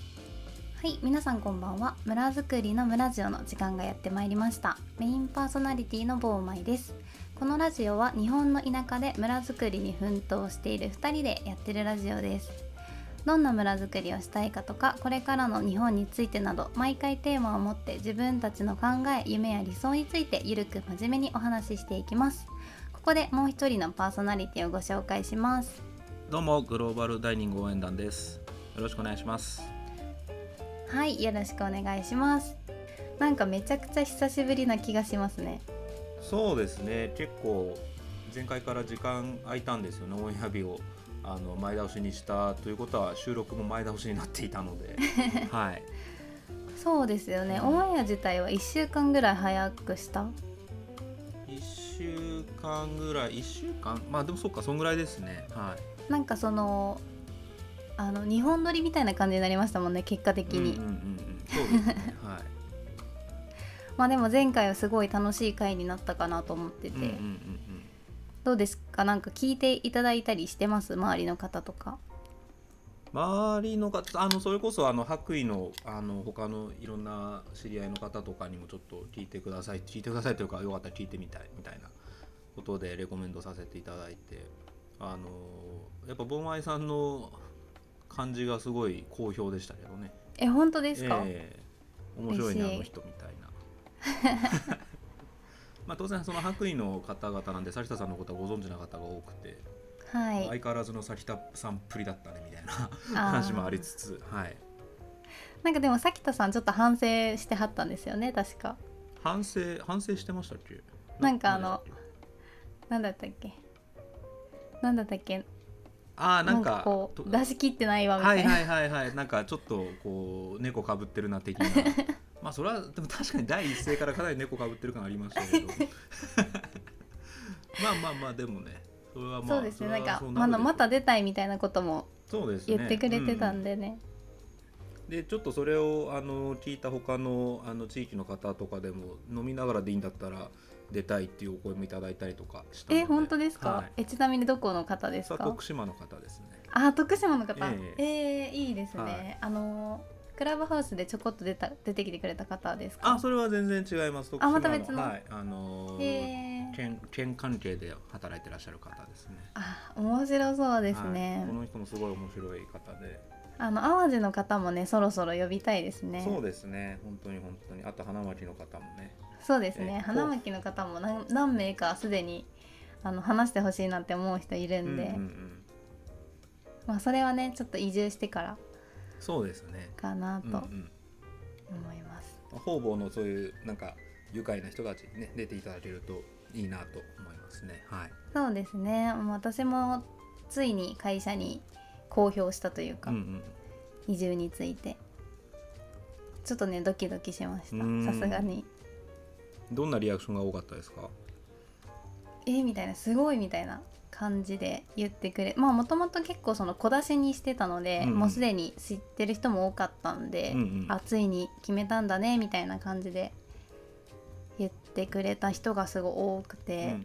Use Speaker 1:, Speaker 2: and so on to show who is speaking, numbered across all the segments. Speaker 1: はい皆さんこんばんは村づくりの村ジオの時間がやってまいりましたメインパーソナリティのボーマイですこのラジオは日本の田舎で村づくりに奮闘している2人でやってるラジオですどんな村づくりをしたいかとかこれからの日本についてなど毎回テーマを持って自分たちの考え夢や理想についてゆるく真面目にお話ししていきますここでもう一人のパーソナリティをご紹介します
Speaker 2: どうもグローバルダイニング応援団です。よろしくお願いします。
Speaker 1: はいよろしくお願いしますなんかめちゃくちゃ久しぶりな気がしますね
Speaker 2: そうですね。結構前回から時間空いたんですよね。オンエア日をあの前倒しにしたということは収録も前倒しになっていたので、 はい。
Speaker 1: そうですよねオンエア自体は1週間ぐらい早くした
Speaker 2: 一週間ぐらい、一週間、まあでもそっか、そんぐらいですね。はい。
Speaker 1: なんかそのあの日本撮りみたいな感じになりましたもんね結果的に、
Speaker 2: うんうんうんうん。そうですね。はい。
Speaker 1: まあでも前回はすごい楽しい回になったかなと思ってて、
Speaker 2: うんうんうんうん。
Speaker 1: どうですかなんか聞いていただいたりしてます周りの方とか
Speaker 2: 周りの方あのそれこそあの白衣のあの他のいろんな知り合いの方とかにもちょっと聞いてください聞いてくださいというかよかったら聞いてみたいみたいなことでレコメンドさせていただいてあのやっぱボンマイさんの感じがすごい好評でしたけどね
Speaker 1: え本当ですか、
Speaker 2: ええ面白いねあ
Speaker 1: 嬉しい
Speaker 2: の人みたいな まあ当然その白衣の方々なんで咲田さんのことはご存知な方が多くて、
Speaker 1: はい
Speaker 2: 相変わらずの咲田さんっぷりだったねみたいな
Speaker 1: あー
Speaker 2: 話もありつつはい
Speaker 1: なんかでも咲田さんちょっと反省してはったんですよね確か
Speaker 2: 反省反省してましたっけ
Speaker 1: なんかあのなんだったっけなんだったっけ
Speaker 2: ああ
Speaker 1: な
Speaker 2: なんん
Speaker 1: か
Speaker 2: か
Speaker 1: こう
Speaker 2: と
Speaker 1: 出し切ってないわみた
Speaker 2: はいい
Speaker 1: な、
Speaker 2: はいはいはいなんかちょっとこう猫かぶってるな的な まあそれはでも確かに第一声からかなり猫かぶってる感ありました けどまあまあまあでもねそれはまあ
Speaker 1: そうですね
Speaker 2: れ
Speaker 1: な
Speaker 2: は
Speaker 1: んか
Speaker 2: そう
Speaker 1: ま
Speaker 2: る
Speaker 1: だ
Speaker 2: でしょう
Speaker 1: また出たいみたいなことも
Speaker 2: そうですね
Speaker 1: 言ってくれてた
Speaker 2: うん
Speaker 1: でね
Speaker 2: でちょっとそれをあの聞いた他のあの地域の方とかでも飲みながらでいいんだったら出たいっていうお声もいただいたりとかしたの
Speaker 1: え本当ですか、
Speaker 2: はい
Speaker 1: えちなみにどこの方です
Speaker 2: さあ
Speaker 1: か
Speaker 2: 徳島の方ですね
Speaker 1: あ徳島の方
Speaker 2: え
Speaker 1: ええいいですね、
Speaker 2: はい
Speaker 1: あのークラブハウスでちょこっと出た出てきてくれた方ですか
Speaker 2: あ、それは全然違います。
Speaker 1: あまた
Speaker 2: 徳島
Speaker 1: 別の
Speaker 2: はい、あの
Speaker 1: へ
Speaker 2: ー、
Speaker 1: え
Speaker 2: 県県関係で働いてらっしゃる方ですね。
Speaker 1: あ面白そうですね、
Speaker 2: はいこの人もすごい面白い方で、
Speaker 1: あの淡路の方もねそろそろ呼びたいですね
Speaker 2: そうですね。本当に本当に。あと花巻の方もね。
Speaker 1: そうですね、
Speaker 2: えー
Speaker 1: 花巻の方も何何名かすでにあの話してほしいなって思う人いる
Speaker 2: うんんう
Speaker 1: で、
Speaker 2: んうん。
Speaker 1: まあ、それはねちょっと移住してから
Speaker 2: そうですね。
Speaker 1: かな
Speaker 2: うんう
Speaker 1: と
Speaker 2: ん。
Speaker 1: 思います、
Speaker 2: 方々のそういうなんか愉快な人たちにね出ていただけるといいなと思いますね。はい。
Speaker 1: そうですねもう私もついに会社に公表したというか、
Speaker 2: うんうん。
Speaker 1: 移住についてちょっとねドキドキしまし
Speaker 2: うーん
Speaker 1: たさすがに
Speaker 2: どんなリアクションが多かったですか。
Speaker 1: えみたいなすごいみたいな感じで言ってくれまあもともと結構その小出しにしてたので、
Speaker 2: うん
Speaker 1: もうすでに知ってる人も多かったんで、
Speaker 2: うんうん
Speaker 1: あついに決めたんだねみたいな感じで言ってくれた人がすごい多く
Speaker 2: う
Speaker 1: て、
Speaker 2: んうん。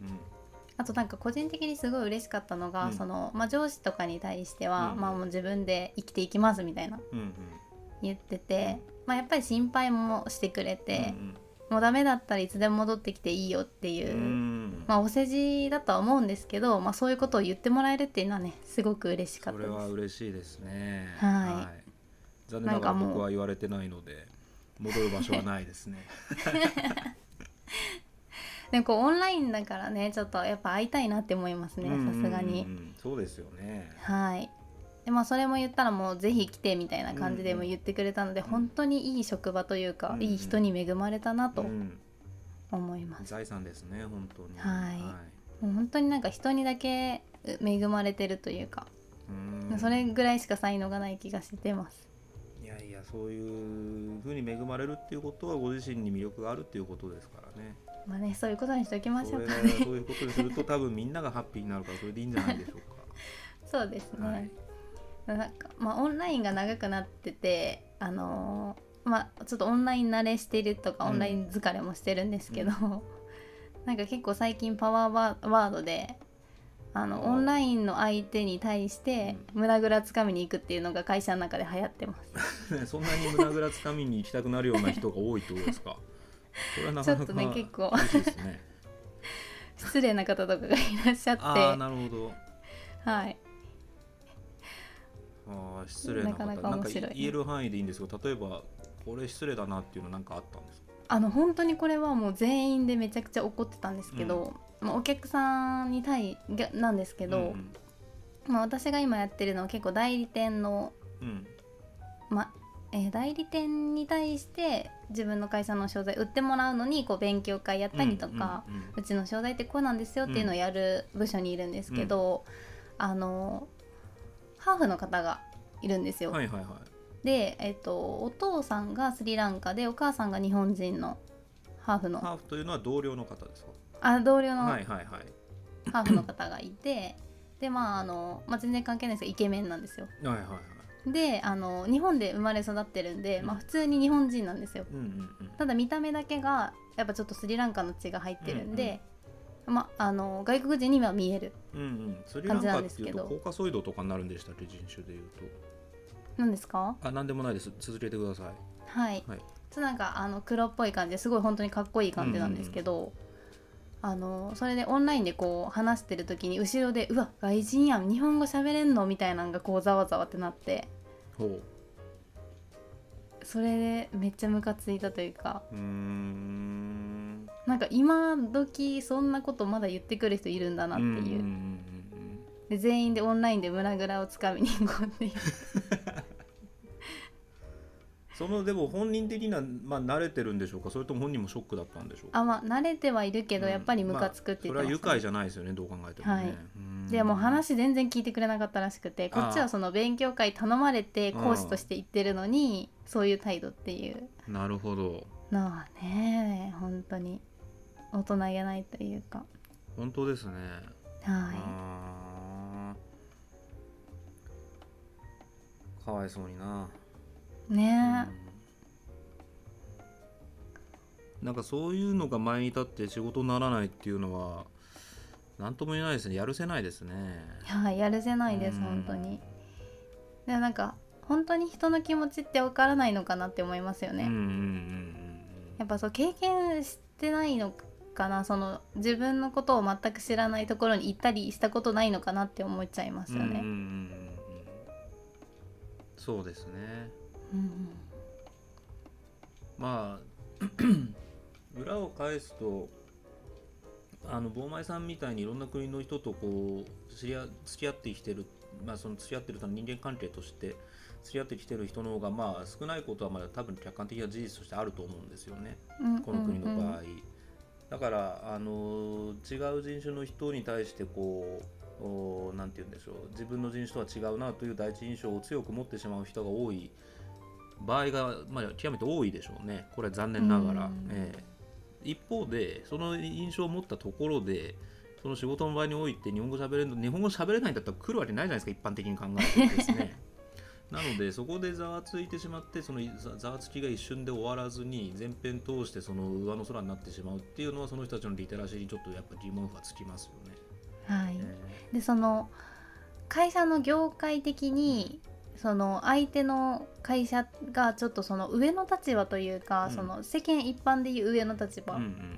Speaker 1: あとなんか個人的にすごい嬉しかったのが、
Speaker 2: うん
Speaker 1: そのまあ、上司とかに対しては、
Speaker 2: うん
Speaker 1: まあ、もう自分で生きていきますみたいな
Speaker 2: うんうん。
Speaker 1: 言ってて、まあ、やっぱり心配もしてくれ
Speaker 2: うんう
Speaker 1: て、
Speaker 2: ん
Speaker 1: もうダメだったらいつでも戻ってきていいよっていうう、
Speaker 2: ん。
Speaker 1: まあ、お世辞だとは思うんですけど、まあ、そういうことを言ってもらえるっていうのはねすごく嬉しかっ
Speaker 2: そ
Speaker 1: た
Speaker 2: れ
Speaker 1: です
Speaker 2: は嬉しいですね。
Speaker 1: はい
Speaker 2: 残念なが
Speaker 1: なんか
Speaker 2: ら
Speaker 1: もう
Speaker 2: 僕は言われてないので、戻る場所はないですね。
Speaker 1: でもこうオンラインだからねちょっとやっぱ会いたいなって 思いますね
Speaker 2: うんうんうん
Speaker 1: さ
Speaker 2: うん
Speaker 1: すがに、。
Speaker 2: そうですよね。
Speaker 1: はいでまあそれも言ったらもうぜひ来てみたいな感じで
Speaker 2: うん
Speaker 1: も
Speaker 2: うん
Speaker 1: 言ってくれたので、本当にいい職場というか、
Speaker 2: うんうん
Speaker 1: いい人に恵まれたな
Speaker 2: う
Speaker 1: と
Speaker 2: ん、
Speaker 1: 思います、
Speaker 2: 財産ですね、本当に。
Speaker 1: はいもう本当になんか人にだけ恵まれてるというか、
Speaker 2: うん
Speaker 1: それぐらいしか才能がない気がしてます
Speaker 2: いやいやそういう風に恵まれるっていうことはご自身に魅力があるっていうことですからね。
Speaker 1: まあねそういうことにしておきまし
Speaker 2: そ
Speaker 1: ょう
Speaker 2: れ
Speaker 1: か
Speaker 2: が
Speaker 1: ね
Speaker 2: そういうことにすると多分みんながハッピーになるからそれでいいんじゃないでしょうか。
Speaker 1: そうですね、
Speaker 2: はい
Speaker 1: なんかまあオンラインが長くなっててあのーまあちょっとオンライン慣れしてるとか、
Speaker 2: うん
Speaker 1: オンライン疲 れもしてるんですけど、なんか結構最近パワーワーワードであの
Speaker 2: あー
Speaker 1: オンラインの相手に対して胸ぐらつかみに行くっていうのが会社の中で流行ってます
Speaker 2: ねそんなに胸ぐらつかみに行きたくなるような人が多いってことですか。それはなかなか
Speaker 1: ち ょっとね結構
Speaker 2: 厳しいですね。
Speaker 1: 失礼な方とかがいらっしゃって
Speaker 2: ああなるほど。
Speaker 1: はい
Speaker 2: ああ失礼な方
Speaker 1: なかなか面白い
Speaker 2: なんか言える範囲でいいんですけど、例えばこれ失礼だなっていうのなんかあったんですか。
Speaker 1: あの本当にこれはもう全員でめちゃくちゃ怒ってたんですけど、まあ、お客さんに対がなんですけど、
Speaker 2: うん
Speaker 1: まあ、私が今やってるのは結構代理店の、
Speaker 2: うんうん
Speaker 1: まえー代理店に対して自分の会社の商材売ってもらうのにこう勉強会やったりとか、う
Speaker 2: うんうんうん
Speaker 1: ちの商材ってこうなんですよっていうのをやる部署にいるんですけど、あのハーフの方がいるんですよ。
Speaker 2: はいはいはい。
Speaker 1: で、えっとお父さんがスリランカでお母さんが日本人のハーフの
Speaker 2: ハーフというのは同僚の方ですか。
Speaker 1: あ同僚の
Speaker 2: は
Speaker 1: ハ
Speaker 2: いはいはい。
Speaker 1: ーフの方がいて、でまああの、まあ、全然関係ないですけどイケメンなんですよ
Speaker 2: はいはいはい。
Speaker 1: であの日本で生まれ育ってるんで、
Speaker 2: うん
Speaker 1: まあ、普通に日本人なんですよ
Speaker 2: うんうんうん。
Speaker 1: ただ見た目だけがやっぱちょっとスリランカの血が入ってるんで、まああの外国人には見える
Speaker 2: うんうん、スリラ
Speaker 1: 感
Speaker 2: ンカっていう
Speaker 1: じなんですけど
Speaker 2: とコーカソイドとかになるんでしたっけ人種でいう
Speaker 1: なんですか
Speaker 2: とあなんでもないです続けてください
Speaker 1: はい、
Speaker 2: はい
Speaker 1: ちょっとなんかあの黒っぽい感じですごい本当にかっこいい感じなんですけど、あのそれでオンラインでこう話してる時に後ろで「うわ外人やん日本語喋れんの?」みたいなのがこうざわざわってなって
Speaker 2: ほう
Speaker 1: それでめっちゃムカついたというか
Speaker 2: うーん
Speaker 1: なんか今時そんなことまだ言ってくる人いるんだなっていう、
Speaker 2: うんうんうん
Speaker 1: で全員でオンラインで胸ぐらをつかみに行こう っていう
Speaker 2: そのでも本人的には、まあ、慣れてるんでしょうかそれとも本人もショックだったんでしょうか
Speaker 1: あまあ慣れてはいるけど、
Speaker 2: うん
Speaker 1: やっぱりムカつくって言
Speaker 2: そ
Speaker 1: っ
Speaker 2: れは
Speaker 1: てま
Speaker 2: 愉
Speaker 1: したね、
Speaker 2: 快じゃないですよねどう考えても
Speaker 1: はい
Speaker 2: ね、うん
Speaker 1: でもう話全然聞いてくれなかったらしくてこっち
Speaker 2: あ
Speaker 1: は
Speaker 2: あ
Speaker 1: その勉強会頼まれて
Speaker 2: うん
Speaker 1: 講師として行ってるのに、そういう態度っていう
Speaker 2: なるほど
Speaker 1: のはね本当に大人げないというか
Speaker 2: 本当ですね、
Speaker 1: は
Speaker 2: あーかわいそうにない
Speaker 1: ねえ、
Speaker 2: うんなんかそういうのが前に立って仕事にならないっていうのは何とも言えないですねやるせないですね
Speaker 1: はいやるせないです
Speaker 2: うん
Speaker 1: 本当にでなんか本当に人の気持ちって分からないのかなって思いますよね、
Speaker 2: うんうんうん
Speaker 1: やっぱそう経験してないのかなその自分のことを全く知らないところに行ったりしたことないのかなって思っちゃいます
Speaker 2: うんうん
Speaker 1: よ
Speaker 2: うんうんうんう
Speaker 1: ね。
Speaker 2: んそうですね
Speaker 1: うん
Speaker 2: まあ 裏を返すとあの坊前さんみたいにいろんな国の人とこう知り合付き合ってきてる、まあ、その付き合ってると人間関係として付き合ってきてる人の方がまあ少ないことはまだ多分客観的な事実としてあると思うんですよね
Speaker 1: うんうん
Speaker 2: この国の場合。だからあの違う人種の人に対してこうおなんて言うんでしょう自分の人種とは違うなという第一印象を強く持ってしまう人が多い場合が、まあ、極めて多いでしょうねこれは残念なが
Speaker 1: う
Speaker 2: ら
Speaker 1: ん。
Speaker 2: ええ一方でその印象を持ったところでその仕事の場合において日本語喋れん日本語喋れないんだったら来るわけないじゃないですか一般的に考えてですね。なのでそこでざわついてしまってそのざざわつきが一瞬で終わらずに前編通してその上の空になってしまうっていうのはその人たちのリテラシーにちょっとやっぱ疑問符がつきますよね。
Speaker 1: はい、
Speaker 2: え
Speaker 1: でその会社の業界的にその相手の会社がちょっとその上の立場というか、
Speaker 2: うん
Speaker 1: その世間一般でいう上の立
Speaker 2: ー
Speaker 1: 場、
Speaker 2: うん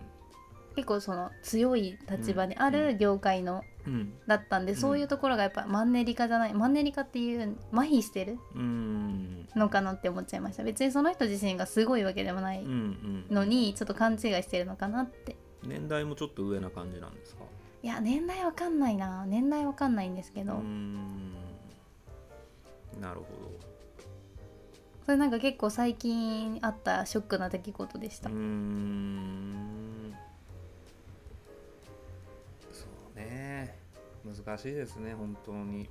Speaker 1: 結構その強い立場である業界の、
Speaker 2: うん
Speaker 1: だったんで、
Speaker 2: うん
Speaker 1: そういうところがやっぱマンネリ化じゃないマンネリ化っていう麻痺してる
Speaker 2: うんうん
Speaker 1: のかなって思っちゃいました別にその人自身がすごいわけでもない
Speaker 2: うんうん
Speaker 1: のにちょっと勘違いしてるのかなって
Speaker 2: 年代もちょっと上な感じなんですか
Speaker 1: いや年代わかんないな年代わかんないんですけ
Speaker 2: うー
Speaker 1: ど、
Speaker 2: んなるほ
Speaker 1: それなんか結構最近あったショックな出来事でした
Speaker 2: どうーんそうね難しいですね本当に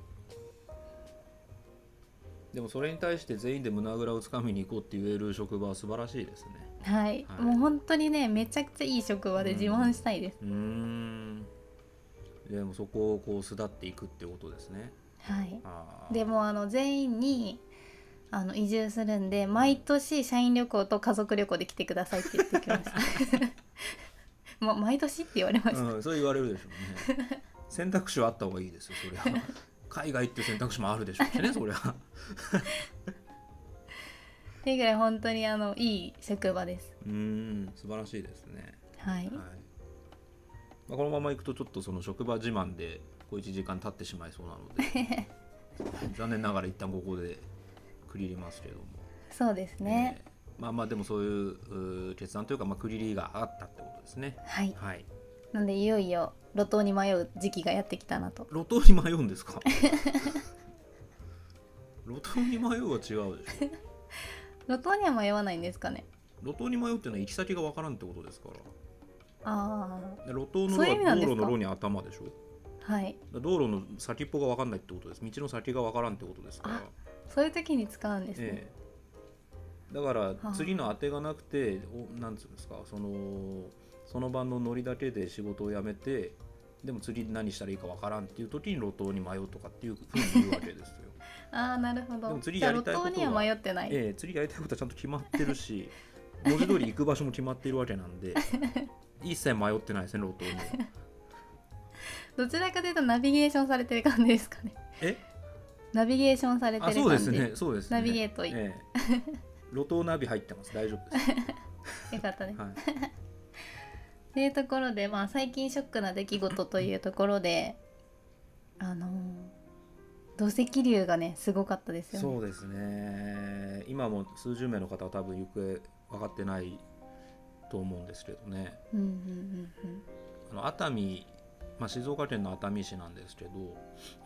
Speaker 2: でもそれに対して全員で胸ぐらをつかみに行こうって言える職場は素晴らしいですね
Speaker 1: はい、
Speaker 2: はい
Speaker 1: もう本当にねめちゃくちゃいい職場で自慢したいです、
Speaker 2: うーんでもそこをこう巣立っていくってことですね
Speaker 1: はい
Speaker 2: あー
Speaker 1: でもあの全員にあの移住するんで毎年社員旅行と家族旅行で来てくださいって言 ってきましたま毎年って言われました、
Speaker 2: うん、そう言われるでしょうね選択肢はあった方がいいですよそれは海外っていう選択肢もあるでしょうしねそれは
Speaker 1: っていうぐらい本当にあのいい職場です
Speaker 2: うーん素晴らしいですね
Speaker 1: はい、
Speaker 2: はいまあ、このまま行くとちょっとその職場自慢でこう1時間経ってしまいそうなので残念ながら一旦ここで区切りますけれども
Speaker 1: そうですね、
Speaker 2: えーまあまあでもそういううー決断というか、まあ、区切りがあったってことですね
Speaker 1: はい
Speaker 2: はい
Speaker 1: なんでいよいよ路頭に迷う時期がやってきたなと
Speaker 2: 路頭に迷うんですか路頭に迷うは違うでしょ
Speaker 1: 路頭には迷わないんですかね
Speaker 2: 路頭に迷うっていうのは行き先がわからんってことですから
Speaker 1: あ
Speaker 2: で路頭の
Speaker 1: そういう意味
Speaker 2: 路
Speaker 1: な
Speaker 2: は
Speaker 1: んで
Speaker 2: 道
Speaker 1: すか
Speaker 2: 路の路に頭でしょ
Speaker 1: あはい
Speaker 2: だから道路の先っぽがわかんないってことです道の先がわからんってことですから
Speaker 1: あそういう時に使うんですね、
Speaker 2: ええ、だから次の当てがなくて、おなんつうんですかそのその場のノリだけで仕事を辞めてでも次何したらいいかわからんっていう時に路頭に迷うとかっていうふうに言うわけですよ。
Speaker 1: ああなるほ
Speaker 2: で
Speaker 1: ど
Speaker 2: も釣り
Speaker 1: じゃあ
Speaker 2: やり
Speaker 1: 路
Speaker 2: たいこと
Speaker 1: 頭
Speaker 2: は
Speaker 1: には迷ってない、
Speaker 2: ええ、次やりたいことはちゃんと決まってるし文字通り行く場所も決まっているわけな んで一切迷ってないですね路頭には。
Speaker 1: どちらかというとナビゲーションされてる感じですかね
Speaker 2: え
Speaker 1: ナビゲーションされて
Speaker 2: あ
Speaker 1: る感じ
Speaker 2: そうですねそうですね。
Speaker 1: ナビゲートい
Speaker 2: ええ路頭ナビ入ってます大丈夫です。
Speaker 1: よかったです
Speaker 2: はい
Speaker 1: というところで、まあ、最近ショックな出来事というところであのー土石流がねすごかったですよね
Speaker 2: そうですね今も数十名の方は多分行方分かってないと思うんですけどね
Speaker 1: うんうんうんうん
Speaker 2: あの熱海、まあ、静岡県の熱海市なんですけど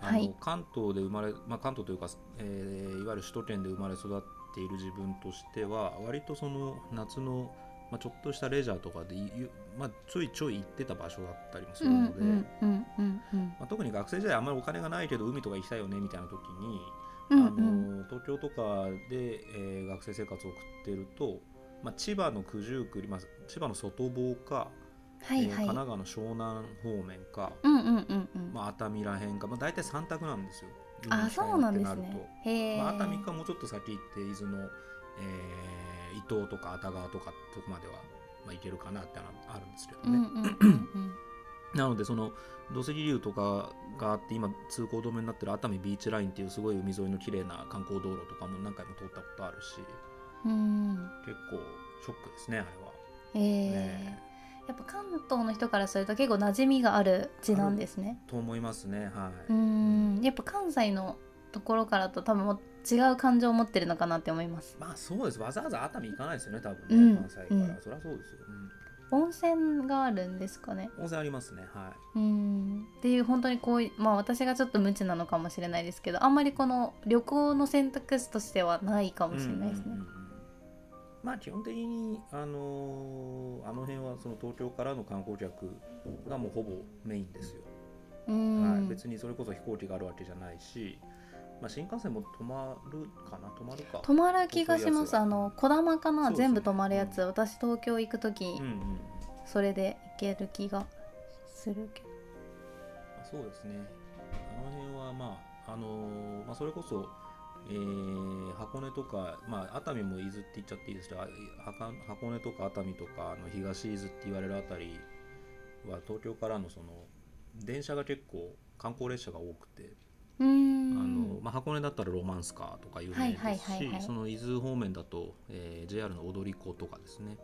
Speaker 2: あの、
Speaker 1: はい
Speaker 2: 関東で生まれ、まあ、関東というか、えーいわゆる首都圏で生まれ育っている自分としては割とその夏の、まあ、ちょっとしたレジャーとかで、ゆまあ、ちょいちょい行ってた場所だったりもす
Speaker 1: う
Speaker 2: る
Speaker 1: ん
Speaker 2: ので。
Speaker 1: うんうんうんうん
Speaker 2: まあ、特に学生時代あんまりお金がないけど海とか行きたいよねみたいな時に
Speaker 1: うん
Speaker 2: あ
Speaker 1: うん
Speaker 2: の東京とかで、えー学生生活を送ってると、まあ、千葉の九十九里、まあ、千葉の外房か、
Speaker 1: はいは
Speaker 2: えー神
Speaker 1: い、
Speaker 2: 奈川の湘南方面か、
Speaker 1: うんうんうんうん、
Speaker 2: まあ、熱海らへんか、まあ、大体3択なんですよ。
Speaker 1: あそうなんです
Speaker 2: 海に行きたいって
Speaker 1: ねへえ、
Speaker 2: なるとまあ、熱海かもうちょっと先行って伊豆の、えー伊東とか熱川とかそこまでは、まあ、行けるかなってのはあるんですけど
Speaker 1: う
Speaker 2: ね。
Speaker 1: んうんうんうん
Speaker 2: なのでその土石流とかがあって今通行止めになってる熱海ビーチラインっていうすごい海沿いの綺麗な観光道路とかも何回も通ったことあるし
Speaker 1: うん
Speaker 2: 結構ショックですねあれは。
Speaker 1: えー
Speaker 2: ね
Speaker 1: やっぱ関東の人からすると結構馴染みがある地なんですね。
Speaker 2: と思いますねは
Speaker 1: うー
Speaker 2: い。
Speaker 1: んやっぱ関西のところからと多分もう違う感情を持ってるのかなって思います。
Speaker 2: まあそうですわざわざ熱海行かないですよね多分ね、
Speaker 1: うん
Speaker 2: 関西から、
Speaker 1: うん
Speaker 2: そりゃそうですよ、うん
Speaker 1: 温泉があるんですかね。
Speaker 2: 温泉ありますねはいう
Speaker 1: ーんっていう本当にこういまあ私がちょっと無知なのかもしれないですけどあんまりこの旅行の選択肢としてはないかもしれないですね。
Speaker 2: うんうんうんうんまあ基本的に、あのーあの辺はその東京からの観光客がもうほぼメインですよ。
Speaker 1: うー
Speaker 2: はい、
Speaker 1: ん
Speaker 2: 別にそれこそ飛行機があるわけじゃないし、まあ、新幹線も止まるかな止まるか
Speaker 1: 泊まる気がします。
Speaker 2: そういうやつは
Speaker 1: あの小玉かな、
Speaker 2: そうですね
Speaker 1: 全部泊まるやつ。私東京行くとき、
Speaker 2: うんうんうん
Speaker 1: それで行ける気がするけど。
Speaker 2: まあそうですねあの辺はまああのーまあ、それこそ、えー箱根とか、まあ、熱海も伊豆って言っちゃっていいですけどあ箱箱根とか熱海とかあの東伊豆って言われるあたりは東京からのその電車が結構観光列車が多くて
Speaker 1: うー
Speaker 2: あ
Speaker 1: ん
Speaker 2: のまあ、箱根だったらロマンスカーとか有名
Speaker 1: はい
Speaker 2: で
Speaker 1: はい
Speaker 2: す
Speaker 1: はいはい
Speaker 2: しその伊豆方面だと、えー JR の踊り子とかですね、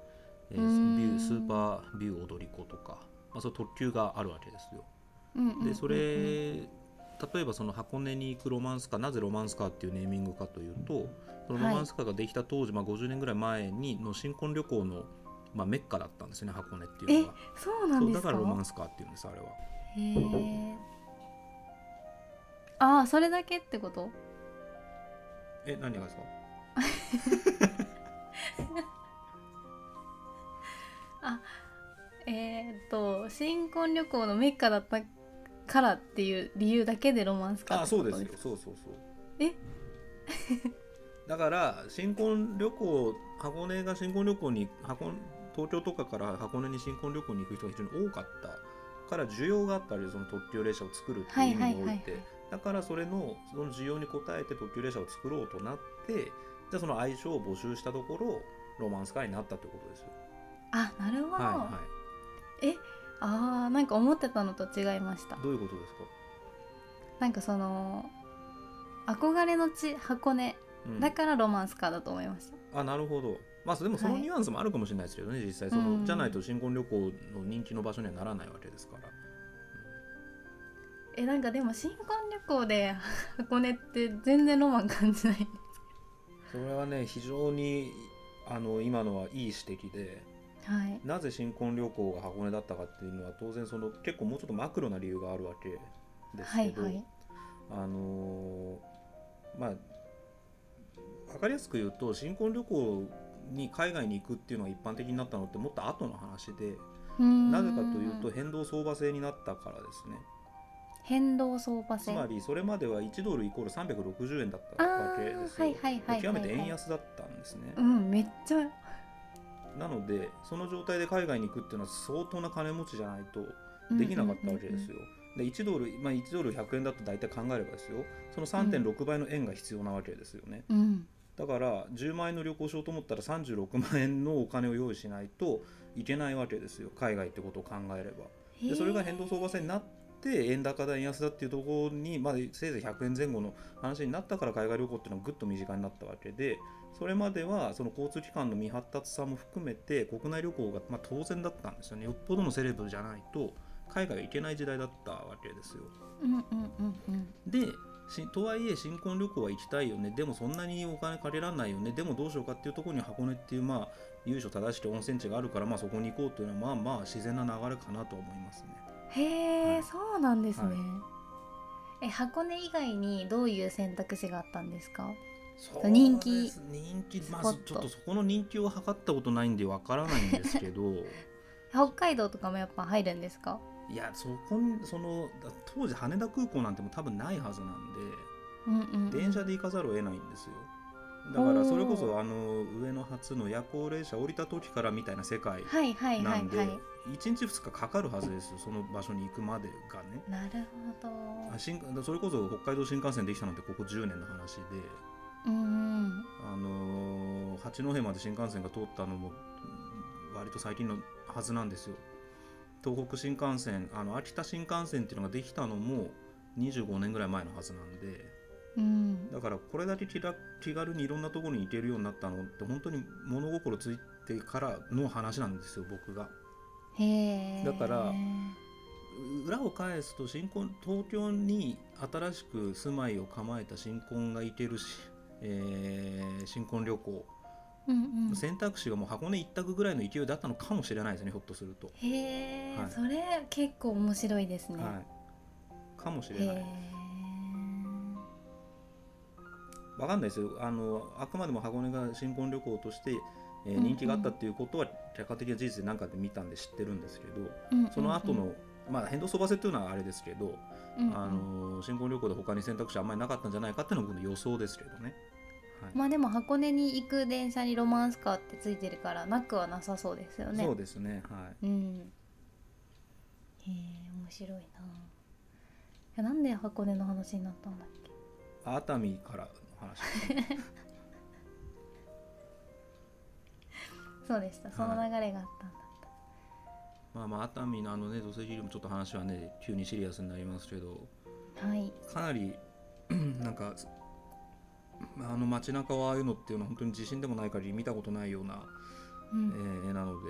Speaker 2: えー
Speaker 1: うーん
Speaker 2: ビュースーパービュー踊り子とか、まあ、その特急があるわけですよ。
Speaker 1: うんうんうんうん
Speaker 2: でそれ、例えばその箱根に行くロマンスカーなぜロマンスカーっていうネーミングかというとそのロマンスカーができた当時、まあ、50年ぐらい前にの新婚旅行の、まあ、メッカだったんですよね箱根っていうのが
Speaker 1: そうなん
Speaker 2: そう
Speaker 1: で
Speaker 2: だ
Speaker 1: すか
Speaker 2: からロマンスカーっていうんですあれは。
Speaker 1: へえああそれだけってこと
Speaker 2: え何がですか
Speaker 1: えーっと新婚旅行のメッカだったからっていう理由だけでロマンスカー
Speaker 2: あ
Speaker 1: って
Speaker 2: そ
Speaker 1: こ
Speaker 2: う
Speaker 1: と
Speaker 2: ですよそうそうそう
Speaker 1: え
Speaker 2: だから新婚旅行箱根が新婚旅行に箱東京とかから箱根に新婚旅行に行く人が非常に多かったから需要があったりその特急列車を作るっていう意味にお
Speaker 1: はいはいはい
Speaker 2: い
Speaker 1: は
Speaker 2: て
Speaker 1: い
Speaker 2: だからそれのその需要に応えて特急列車を作ろうとなってじゃあその愛称を募集したところロマンスカーになったということですよ。
Speaker 1: あなるほど、
Speaker 2: はいはい
Speaker 1: えあーなんか思ってたのと違いました
Speaker 2: どういうことですか、
Speaker 1: なんかその憧れの地箱根
Speaker 2: うん
Speaker 1: だからロマンスカーだと思いました、
Speaker 2: あなるほどまあでもその
Speaker 1: はい
Speaker 2: ニュアンスもあるかもしれないですけどね、実際その、
Speaker 1: うん
Speaker 2: じゃないと新婚旅行の人気の場所にはならないわけですから
Speaker 1: えなんかでも新婚旅行で箱根って全然ロマン感じない
Speaker 2: それはね非常にあの今のはいい指摘で
Speaker 1: はい
Speaker 2: なぜ新婚旅行が箱根だったかっていうのは当然その結構もうちょっとマクロな理由があるわけです
Speaker 1: は
Speaker 2: け
Speaker 1: い
Speaker 2: ど、
Speaker 1: はい
Speaker 2: あのーまあ分かりやすく言うと新婚旅行に海外に行くっていうのが一般的になったのってもっと後の話でな
Speaker 1: な
Speaker 2: ぜかというと変動相場制になったからですね
Speaker 1: 変動相場
Speaker 2: つ
Speaker 1: 制
Speaker 2: まりそれまでは1ドルイコール360円だったわけですよ、
Speaker 1: あーはいはいはいはいはい
Speaker 2: 極めて円安だったんですね、
Speaker 1: うんめっちゃ
Speaker 2: なのでその状態で海外に行くっていうのは相当な金持ちじゃないとできなかったわけですよ、で1ドル、まあ、1ドル100円だと大体考えればですよその3.6倍の円が必要なわけですよね、
Speaker 1: うんうんうん
Speaker 2: だから10万円の旅行しようと思ったら36万円のお金を用意しないといけないわけですよ海外ってことを考えれば
Speaker 1: うん
Speaker 2: でそれが変動相場制になって円高だ円安だっていうところに、まあ、せいぜい100円前後の話になったから海外旅行っていうのはぐっと身近になったわけでそれまではその交通機関の未発達さも含めて国内旅行がまあ当然だったんですよねよっぽどのセレブじゃないと海外行けない時代だったわけですよ
Speaker 1: うんうんうんうん
Speaker 2: でしとはいえ新婚旅行は行きたいよねでもそんなにお金かけられないよねでもどうしようかっていうところに箱根っていうまあ由緒正しき温泉地があるからまあそこに行こうというのはまあまあ自然な流れかなと思いますね。
Speaker 1: へ
Speaker 2: は
Speaker 1: え
Speaker 2: い
Speaker 1: そうなんですね
Speaker 2: はい
Speaker 1: え箱根以外にどういう選択肢があったんですか
Speaker 2: そう
Speaker 1: 人気
Speaker 2: です人気ま
Speaker 1: スポ
Speaker 2: ず
Speaker 1: ット
Speaker 2: ちょっとそこの人気を測ったことないんでわからないんですけ ど
Speaker 1: 北海道とかもやっぱ入るんですか
Speaker 2: いやそこにその当時羽田空港なんてもう多分ないはずなん
Speaker 1: うんうん
Speaker 2: で電車で行かざるを得ないんですよだからそれこそあの上野発の夜行列車降りた時からみたいな世界
Speaker 1: はいはいは
Speaker 2: ないんで
Speaker 1: はい
Speaker 2: 1日2日かかるはずですよその場所に行くまでがね
Speaker 1: なるほど
Speaker 2: あ新それこそ北海道新幹線できたのってここ10年の話で
Speaker 1: うんうん
Speaker 2: あのー八戸まで新幹線が通ったのもうん割と最近のはずなんですよ東北新幹線あの秋田新幹線っていうのができたのも25年ぐらい前のはずなんで
Speaker 1: うん
Speaker 2: だからこれだけ気楽気軽にいろんなところに行けるようになったのって本当に物心ついてからの話なんですよ僕が
Speaker 1: へえ
Speaker 2: だから裏を返すと新婚東京に新しく住まいを構えた新婚が行けるし、えー新婚旅行
Speaker 1: うんうん
Speaker 2: 選択肢がもう箱根一択ぐらいの勢いだったのかもしれないですねひょっとすると、
Speaker 1: へえ、
Speaker 2: はい
Speaker 1: それ結構面白いですね、
Speaker 2: はい、かもし
Speaker 1: へ
Speaker 2: れない
Speaker 1: え
Speaker 2: わかんないですよあのあくまでも箱根が新婚旅行として、え
Speaker 1: う
Speaker 2: ー
Speaker 1: んうん
Speaker 2: 人気があったっていうことは客観的な事実で何かで見たんで知ってるんですけど
Speaker 1: うんうんうん
Speaker 2: その後の、まあ、変動相場制っていうのはあれですけど、
Speaker 1: うんうん
Speaker 2: あの新婚旅行で他に選択肢あんまりなかったんじゃないかっていうのが僕の予想ですけどね、はい
Speaker 1: まあでも箱根に行く電車にロマンスカーってついてるからなくはなさそうですよね
Speaker 2: そうですねはい
Speaker 1: うんへえ面白いないやなんで箱根の話になったんだっけ
Speaker 2: あ熱海からの話 ですね
Speaker 1: そうでしたその流れがあったんだった、
Speaker 2: まあまあ熱海のあのね土石流もちょっと話はね急にシリアスになりますけど
Speaker 1: はい、
Speaker 2: かなりなんかあの街中はああいうのっていうのは本当に地震でもない限り見たことないような、
Speaker 1: う
Speaker 2: え
Speaker 1: ん
Speaker 2: ー絵なので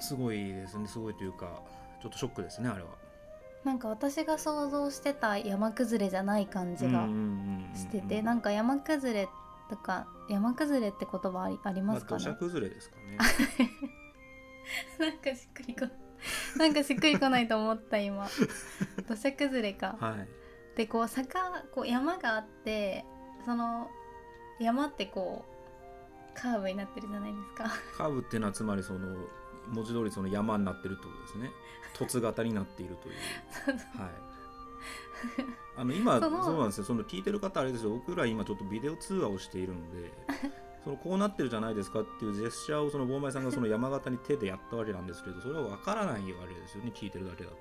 Speaker 2: すごいですねすごいというかちょっとショックですねあれは。
Speaker 1: なんか私が想像してた山崩れじゃない感じがしてて、なん
Speaker 2: か
Speaker 1: んか山崩れとか山崩れって言葉ありありますか
Speaker 2: 土
Speaker 1: ね、
Speaker 2: 砂崩れですかね。
Speaker 1: なんかしっくりこなんかしっくりこないと思った 今土砂崩れか
Speaker 2: はい
Speaker 1: でこう坂こう山があってその山ってこうカーブになってるじゃないですか
Speaker 2: カーブっていうのはつまりその文字通りその山になってるってことです ね。凸型になっているという。はい。あの今そ
Speaker 1: そうの
Speaker 2: なんですよ。その聞いてる方あれですよ。僕ら今ちょっとビデオ通話をしているの で、そのこうなってるじゃないですかっていうジェスチャーをその坊前さんがその山形に手でやったわけなんですけど、それはわからないわけですよね。聞いてるだけだと。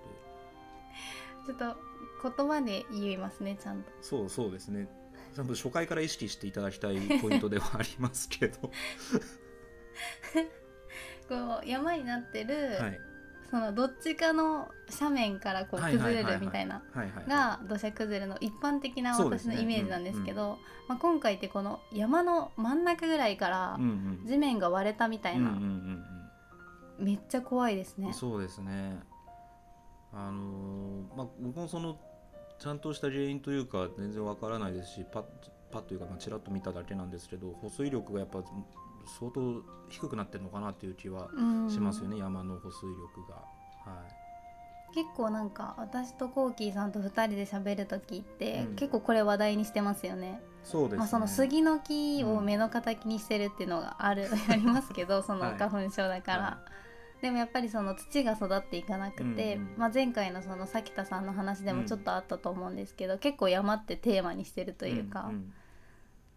Speaker 1: ちょっと言葉で言いますねちゃんと
Speaker 2: そうそうですね。多分初回から意識していただきたいポイントではあります けど、
Speaker 1: こう山になってる、
Speaker 2: はい、
Speaker 1: そのどっちかの斜面からこう
Speaker 2: はいは
Speaker 1: 崩
Speaker 2: いは
Speaker 1: れ
Speaker 2: いはい
Speaker 1: るみたいな
Speaker 2: はいはいはい
Speaker 1: が土砂崩れの一般的な
Speaker 2: そうで
Speaker 1: 私
Speaker 2: す
Speaker 1: の
Speaker 2: ね
Speaker 1: イメージなんですけどまあ、今回ってこの山の真ん中ぐらいから
Speaker 2: うんうん
Speaker 1: 地面が割れたみたい
Speaker 2: うんう
Speaker 1: な、
Speaker 2: んうん
Speaker 1: めっちゃ怖いです
Speaker 2: うん
Speaker 1: ね。
Speaker 2: そうですねあのーまあ僕もそのちゃんとした原因というか全然わからないですしパッパッというか、まあ、ちらっと見ただけなんですけど保水力がやっぱ相当低くなってるのかなっていう気は
Speaker 1: うん
Speaker 2: しますよね、山の保水力が。はい
Speaker 1: 結構なんか私とコーキーさんと2人で喋る時って、
Speaker 2: うん
Speaker 1: 結構これ話題にしてますよね。
Speaker 2: そうですね。
Speaker 1: まあ、その杉の木を目の敵にしてるっていうのがある、ありますけ どその
Speaker 2: はい
Speaker 1: 花粉症だから、
Speaker 2: は
Speaker 1: でもやっぱりその土が育っていかなくて、
Speaker 2: うんうん
Speaker 1: まあ、前回のその咲田さんの話でもちょっとあったと思うんですけど、結構山ってテーマにしてるというか、
Speaker 2: んん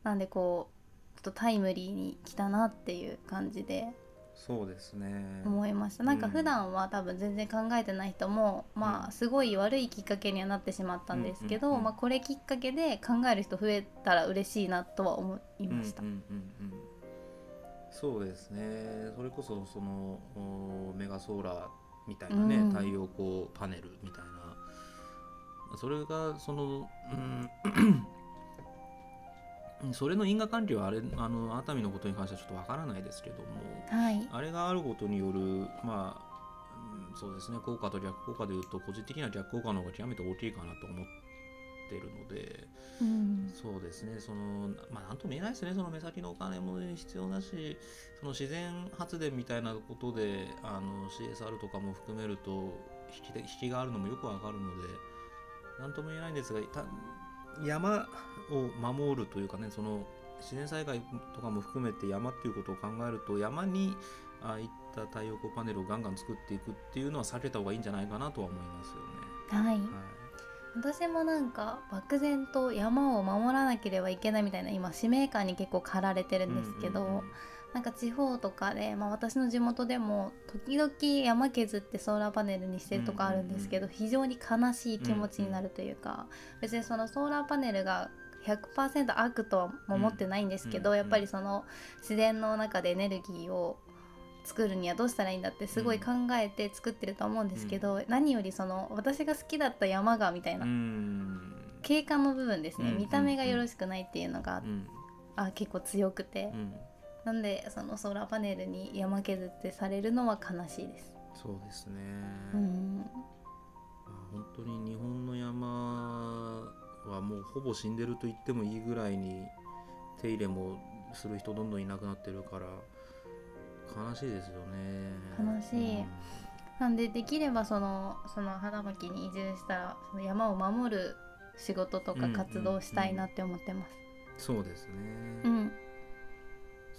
Speaker 1: なんでこうちょっとタイムリーに来たなっていう感じで
Speaker 2: そうですね。
Speaker 1: 思いました、なんか
Speaker 2: うん
Speaker 1: 普段は多分全然考えてない人も、ま
Speaker 2: う
Speaker 1: あ
Speaker 2: ん
Speaker 1: すごい悪いきっかけにはなってしまったんですけど、
Speaker 2: うんうんうん
Speaker 1: まあ、これきっかけで考える人増えたら嬉しいなとは思いました。
Speaker 2: うんうんうんうんそうですね。それこそそのおメガソーラーみたいなね、
Speaker 1: うん
Speaker 2: 太陽光パネルみたいな。それがそのうん。 それの因果関係はあれあの熱海のことに関してはちょっとわからないですけども、
Speaker 1: はい、
Speaker 2: あれがあることによる、まあ、うんそうですね、効果と逆効果でいうと、個人的には逆効果の方が極めて大きいかなと思ってるので、
Speaker 1: うん、
Speaker 2: そうですね、その、まあ、なんとも言えないですね、その目先のお金も必要だし、その自然発電みたいなことで、あの CSR とかも含めると引きで、引きがあるのもよくわかるので、なんとも言えないんですが、た山を守るというかね、その自然災害とかも含めて山っていうことを考えると、山にああいった太陽光パネルをガンガン作っていくっていうのは避けた方がいいんじゃないかなとは思いますよね。
Speaker 1: はい、
Speaker 2: はい
Speaker 1: 私もなんか漠然と山を守らなければいけないみたいな今使命感に結構駆られてるんですけど、
Speaker 2: うんうんうん
Speaker 1: なんか地方とかで、まあ、私の地元でも時々山削ってソーラーパネルにしてるとかあるんですけど、
Speaker 2: うん
Speaker 1: 非常に悲しい気持ちになるというか、別にそのソーラーパネルが100%悪とは思ってないんですけど、
Speaker 2: うんうん
Speaker 1: やっぱりその自然の中でエネルギーを作るにはどうしたらいいんだってすごい考えて作ってると思うんですけど、何よりその私が好きだった山がみたいな、
Speaker 2: うん
Speaker 1: 景観の部分ですね、
Speaker 2: うん
Speaker 1: 見た目がよろしくないっていうのが、
Speaker 2: うん
Speaker 1: あ結構強くて、
Speaker 2: うん
Speaker 1: なんでそのソーラーパネルに山削ってされるのは悲しいです。
Speaker 2: そうですね、
Speaker 1: うん、
Speaker 2: まあ本当に日本の山はもうほぼ死んでると言ってもいいぐらいに手入れもする人どんどんいなくなってるから悲しいですよね
Speaker 1: 悲しい
Speaker 2: うん
Speaker 1: なんでできればそのその花巻に移住したらその山を守る仕事と
Speaker 2: うんう
Speaker 1: か
Speaker 2: んうん
Speaker 1: 活動したいなって思ってます。
Speaker 2: そうですね、
Speaker 1: うん、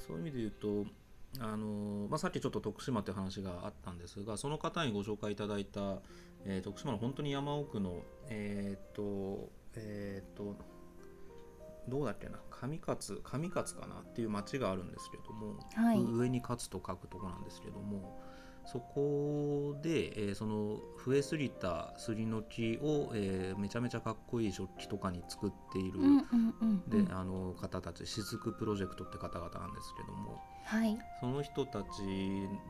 Speaker 2: そういう意味で言うとあの、まあ、さっきちょっと徳島という話があったんですがその方にご紹介いただいた、えー徳島の本当に山奥のえーっとえーっとどうだっけな上勝上勝かなっていう町があるんですけども、
Speaker 1: はいう
Speaker 2: 上に勝つと書くとこなんですけどもそこで、えーその増えすぎた杉の木を、えーめちゃめちゃかっこいい食器とかに作っている、
Speaker 1: うんうんうんう
Speaker 2: で
Speaker 1: ん、
Speaker 2: あの方たち雫プロジェクトって方々なんですけども
Speaker 1: はい、
Speaker 2: その人たち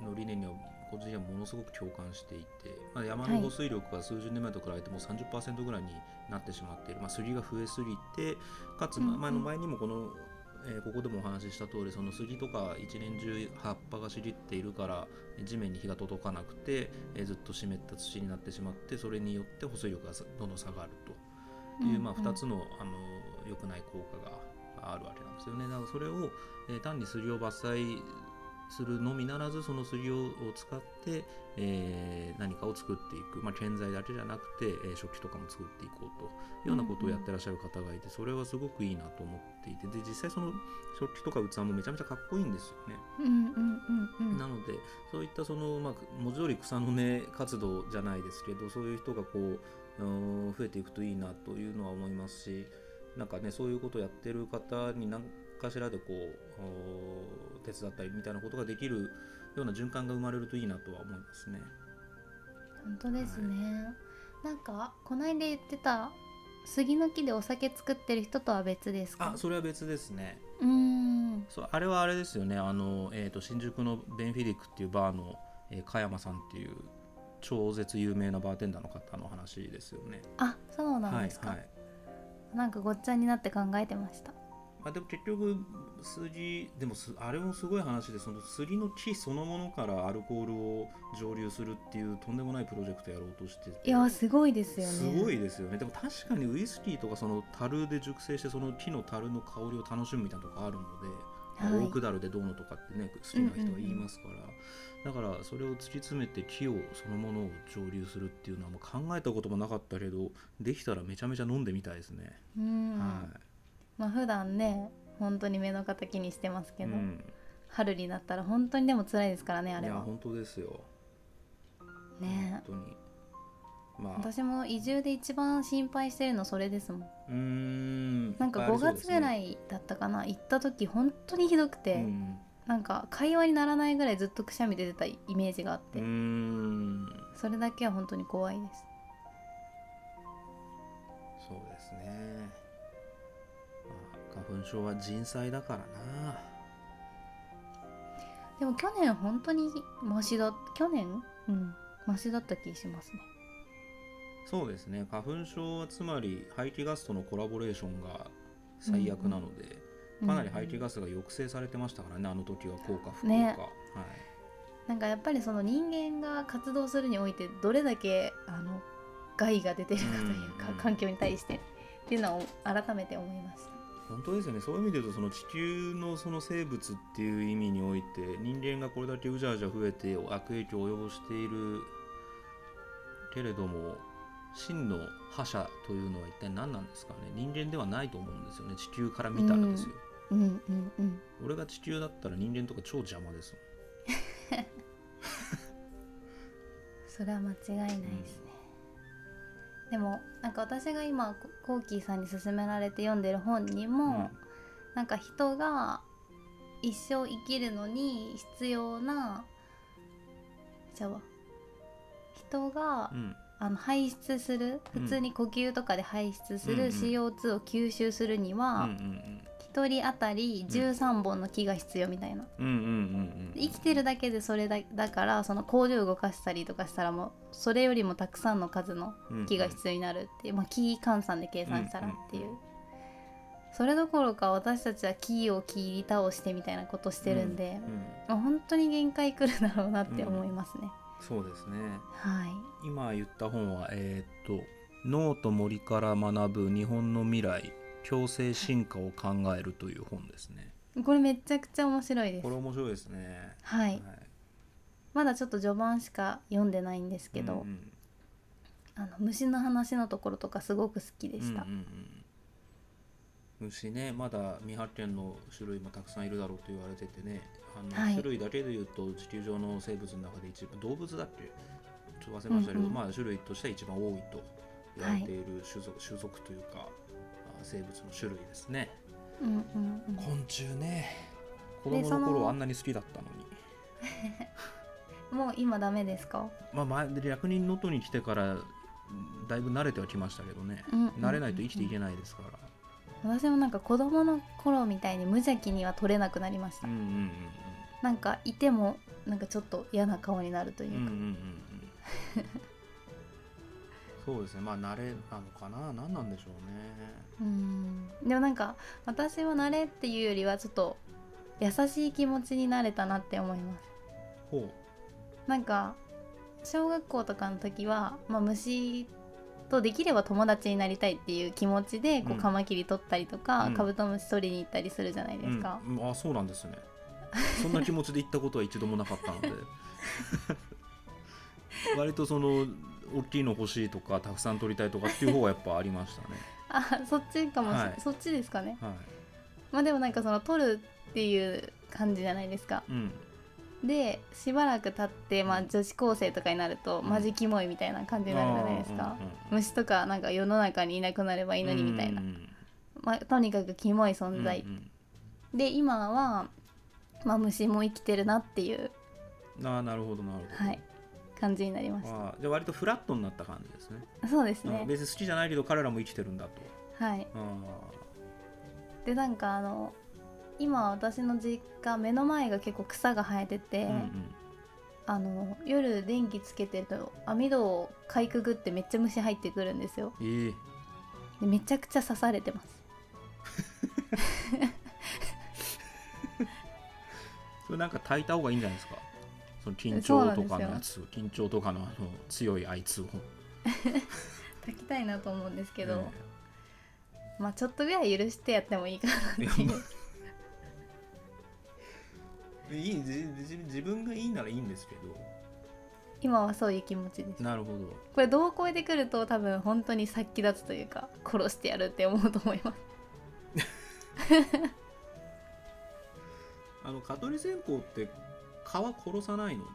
Speaker 2: の理念には個人的にはものすごく共感していて、まあ、山
Speaker 1: は
Speaker 2: の
Speaker 1: い
Speaker 2: 保水力が数十年前と比べてもう30%ぐらいになってしまっている、まあ、杉が増えすぎてかつ
Speaker 1: うんう
Speaker 2: ま
Speaker 1: ん
Speaker 2: 前の前にもこの、えーここでもお話しした通りその杉とか一年中葉っぱが茂っているからえー地面に火が届かなくて、えーずっと湿った土になってしまってそれによって保水力がさどんどん下がると。っていう、まあ、
Speaker 1: んん
Speaker 2: 2つのあの良くない効果があるわけなんですよね。だからそれを、えー単に杉を伐採するのみならずその杉を使って、えー何かを作っていく、まあ、建材だけじゃなくて、えー食器とかも作っていこうというようなことをやってらっしゃる方がいてそれはすごくいいなと思っていてで実際その食器とか器もめちゃめちゃかっこいいんですよね。
Speaker 1: うんうんうんうん
Speaker 2: なのでそういったその、まあ、文字通り草の根活動じゃないですけどそういう人がこううーん増えていくといいなというのは思いますしなんかねそういうことをやってる方に何かしらでこうおー手伝ったりみたいなことができるような循環が生まれるといいなとは思いますね。
Speaker 1: 本当ですね、なんかこないで言ってた杉の木でお酒作ってる人とは別ですか
Speaker 2: あそれは別ですね。
Speaker 1: うーん
Speaker 2: そうあれはあれですよねあの、えー、と新宿のベンフィリックっていうバーの、えー、加山さんっていう超絶有名なバーテンダーの方の話ですよね。
Speaker 1: あそうなん
Speaker 2: は
Speaker 1: で
Speaker 2: い
Speaker 1: すか、
Speaker 2: はい。
Speaker 1: なんかごっちゃになって考えてました
Speaker 2: まあ、でも結局数字でもすあれもすごい話でそのすりの木そのものからアルコールを蒸留するっていうとんでもないプロジェクトやろうとしてて
Speaker 1: いやすごいですよね
Speaker 2: すごいですよねでも確かにウイスキーとかその樽で熟成してその木の樽の香りを楽しむみたいなとこあるので、まあ
Speaker 1: はい
Speaker 2: 大下るでどうのとかってね好きな人は言いますから、だからそれを突き詰めて木をそのものを蒸留するっていうのはもう考えたこともなかったけどできたらめちゃめちゃ飲んでみたいですね、
Speaker 1: うん、
Speaker 2: はい
Speaker 1: まあ普段ね本当に目の敵にしてますけど、
Speaker 2: うん、
Speaker 1: 春になったら本当にでも辛いですからねあ
Speaker 2: い
Speaker 1: れ
Speaker 2: や
Speaker 1: は
Speaker 2: 本当ですよ
Speaker 1: ね
Speaker 2: 本当にまあ
Speaker 1: 私も移住で一番心配してるのそれですもん
Speaker 2: うーん
Speaker 1: なんか
Speaker 2: いっぱいあ
Speaker 1: 5
Speaker 2: りそうで
Speaker 1: 月
Speaker 2: す
Speaker 1: ぐら
Speaker 2: ね
Speaker 1: いだったかな行った時本当にひどくて、
Speaker 2: うん
Speaker 1: なんか会話にならないぐらいずっとくしゃみ出てたイメージがあっ
Speaker 2: う
Speaker 1: て、
Speaker 2: ーん
Speaker 1: それだけは本当に怖いです
Speaker 2: そうですね、まあ、花粉症は人災だからな
Speaker 1: でも去年本当にマシだ去年うんマシだった気しますね
Speaker 2: そうですね花粉症はつまり排気ガスとのコラボレーションが最悪なので、かなり排気
Speaker 1: が、
Speaker 2: ガスが抑制されてましたからねあの時は効果不効果、
Speaker 1: ね
Speaker 2: はい
Speaker 1: なんかやっぱりその人間が活動するにおいてどれだけあの害が出てるかというか、
Speaker 2: うん
Speaker 1: 環境に対してっていうのを改めて思いました
Speaker 2: 本当ですよねそういう意味で言うとその地球のその生物っていう意味において人間がこれだけうじゃうじゃ増えて悪影響を及ぼしているけれども真の覇者というのは一体何なんですかね人間ではないと思うんですよね地球から見たらですよ、
Speaker 1: うんうんうん
Speaker 2: 俺が地球だったら人間とか超邪魔です
Speaker 1: それは間違いないですね、でもなんか私が今こコーキーさんに勧められて読んでる本にも、
Speaker 2: もん、うん
Speaker 1: なんか人が一生生きるのに必要なじゃあわ人が、
Speaker 2: うん
Speaker 1: あの排出する
Speaker 2: うん
Speaker 1: 普通に呼吸とかで排出す
Speaker 2: うんう
Speaker 1: る
Speaker 2: ん
Speaker 1: CO2 を吸収するに
Speaker 2: うんう
Speaker 1: は
Speaker 2: ん
Speaker 1: 1人当たり13本の木が必要みたいな
Speaker 2: うんうんうんうん
Speaker 1: 生きてるだけでそれだだからその工場動かしたりとかしたらもうそれよりもたくさんの数の木が必要になるっていう、まあ、木換算で計算したらっていう、
Speaker 2: うんうんう
Speaker 1: それどころか私たちは木を切り倒してみたいなことしてるんで、
Speaker 2: うんうん
Speaker 1: もう本当に限界くるだろうなって思いますね、
Speaker 2: そうですね
Speaker 1: はい
Speaker 2: 今言った本はえーっと「脳と森から学ぶ日本の未来共生進化を考える」という本ですね
Speaker 1: これめちゃくちゃ面白いです
Speaker 2: これ面白いですね
Speaker 1: は
Speaker 2: はい
Speaker 1: まだちょっと序盤しか読んでないんですけど、
Speaker 2: うんうん
Speaker 1: あの虫の話のところとかすごく好きでした、
Speaker 2: うんうんうん虫ねまだ未発見の種類もたくさんいるだろうと言われててねあの、
Speaker 1: はい
Speaker 2: 種類だけでいうと地球上の生物の中で一番動物だっけちょっと忘れましたけど、
Speaker 1: うんうん
Speaker 2: まあ、種類としては一番多いと言われている種族,、種族というかあ生物の種類ですね。
Speaker 1: うんうんうん
Speaker 2: 昆虫ね子
Speaker 1: で
Speaker 2: 供の
Speaker 1: そ
Speaker 2: 頃
Speaker 1: の
Speaker 2: あんなに好きだったのに
Speaker 1: もう今ダメですか、
Speaker 2: まあ前で役人能登に来てからうんだいぶ慣れてはきましたけどね
Speaker 1: うんうんうんうん
Speaker 2: 慣れないと生きていけないですから
Speaker 1: 私もなんか子供の頃みたいに無邪気には取れなくなりました、
Speaker 2: うんうん
Speaker 1: なんかいてもなんかちょっと嫌な顔になるという
Speaker 2: うんうんう
Speaker 1: か、
Speaker 2: んうんうんうん そうですねまあ慣れなのかな何なんでしょうね
Speaker 1: うんでもなんか私は慣れっていうよりはちょっと優しい気持ちになれたなって思います
Speaker 2: ほ
Speaker 1: なんか小学校とかの時は、まあ、虫とできれば友達になりたいっていう気持ちでこ
Speaker 2: う
Speaker 1: うんカマキリ取ったりとか、
Speaker 2: うん、
Speaker 1: カブトムシ取りに行ったりするじゃないうですか、
Speaker 2: うん、あそうなんですねそんな気持ちで行ったことは一度もなか ったので割とその大きいの欲しいとかたくさん取りたいとかっていう方がやっぱありましたね
Speaker 1: あそっちかもしれ
Speaker 2: はい
Speaker 1: そっちですかね
Speaker 2: は
Speaker 1: まあでもなんかその取るっていう感じじゃないですか
Speaker 2: い、うん、
Speaker 1: でしばらく経って、まあ、女子高生とかになると、
Speaker 2: うん
Speaker 1: マジキモいみたいな感じになるじゃないですか、虫とかなんか世の中にいなくなればいいのにみたいな、まあ、とにかくキモい存在、で今は、まあ、虫も生きてるなっていう、
Speaker 2: ああなるほどなるほど、
Speaker 1: はい、感じになりまし
Speaker 2: あーじゃあ割とフラットになった感じですね
Speaker 1: たそうです
Speaker 2: あ
Speaker 1: ね
Speaker 2: ー別に好きじゃないけど彼らも生きてるんだと
Speaker 1: はい
Speaker 2: あ
Speaker 1: でなんかあの今私の実家目の前が結構草が生えてて、
Speaker 2: ーうん
Speaker 1: あの夜電気つけてると網戸をかいくぐってめっちゃ虫入ってくるんですよ
Speaker 2: えー、
Speaker 1: でめちゃくちゃ刺されてます
Speaker 2: それなんか炊いた方がいいんじゃないですかその緊
Speaker 1: そうなん
Speaker 2: 張
Speaker 1: で
Speaker 2: と
Speaker 1: す
Speaker 2: か
Speaker 1: よ
Speaker 2: のやつ緊張とかのあの強いあいつを
Speaker 1: 炊きたいなと思うんですけど、
Speaker 2: え
Speaker 1: まあちょっとぐらい許してやってもいいかな
Speaker 2: えい
Speaker 1: ってい
Speaker 2: や
Speaker 1: う
Speaker 2: もういいじじ自分がいいならいいんですけど
Speaker 1: 今はそういう気持ちです
Speaker 2: なるほど
Speaker 1: これ度を超えてくると多分本当に殺気立つというか殺してやるって思うと思います
Speaker 2: あの蚊取り線香って蚊は殺さないので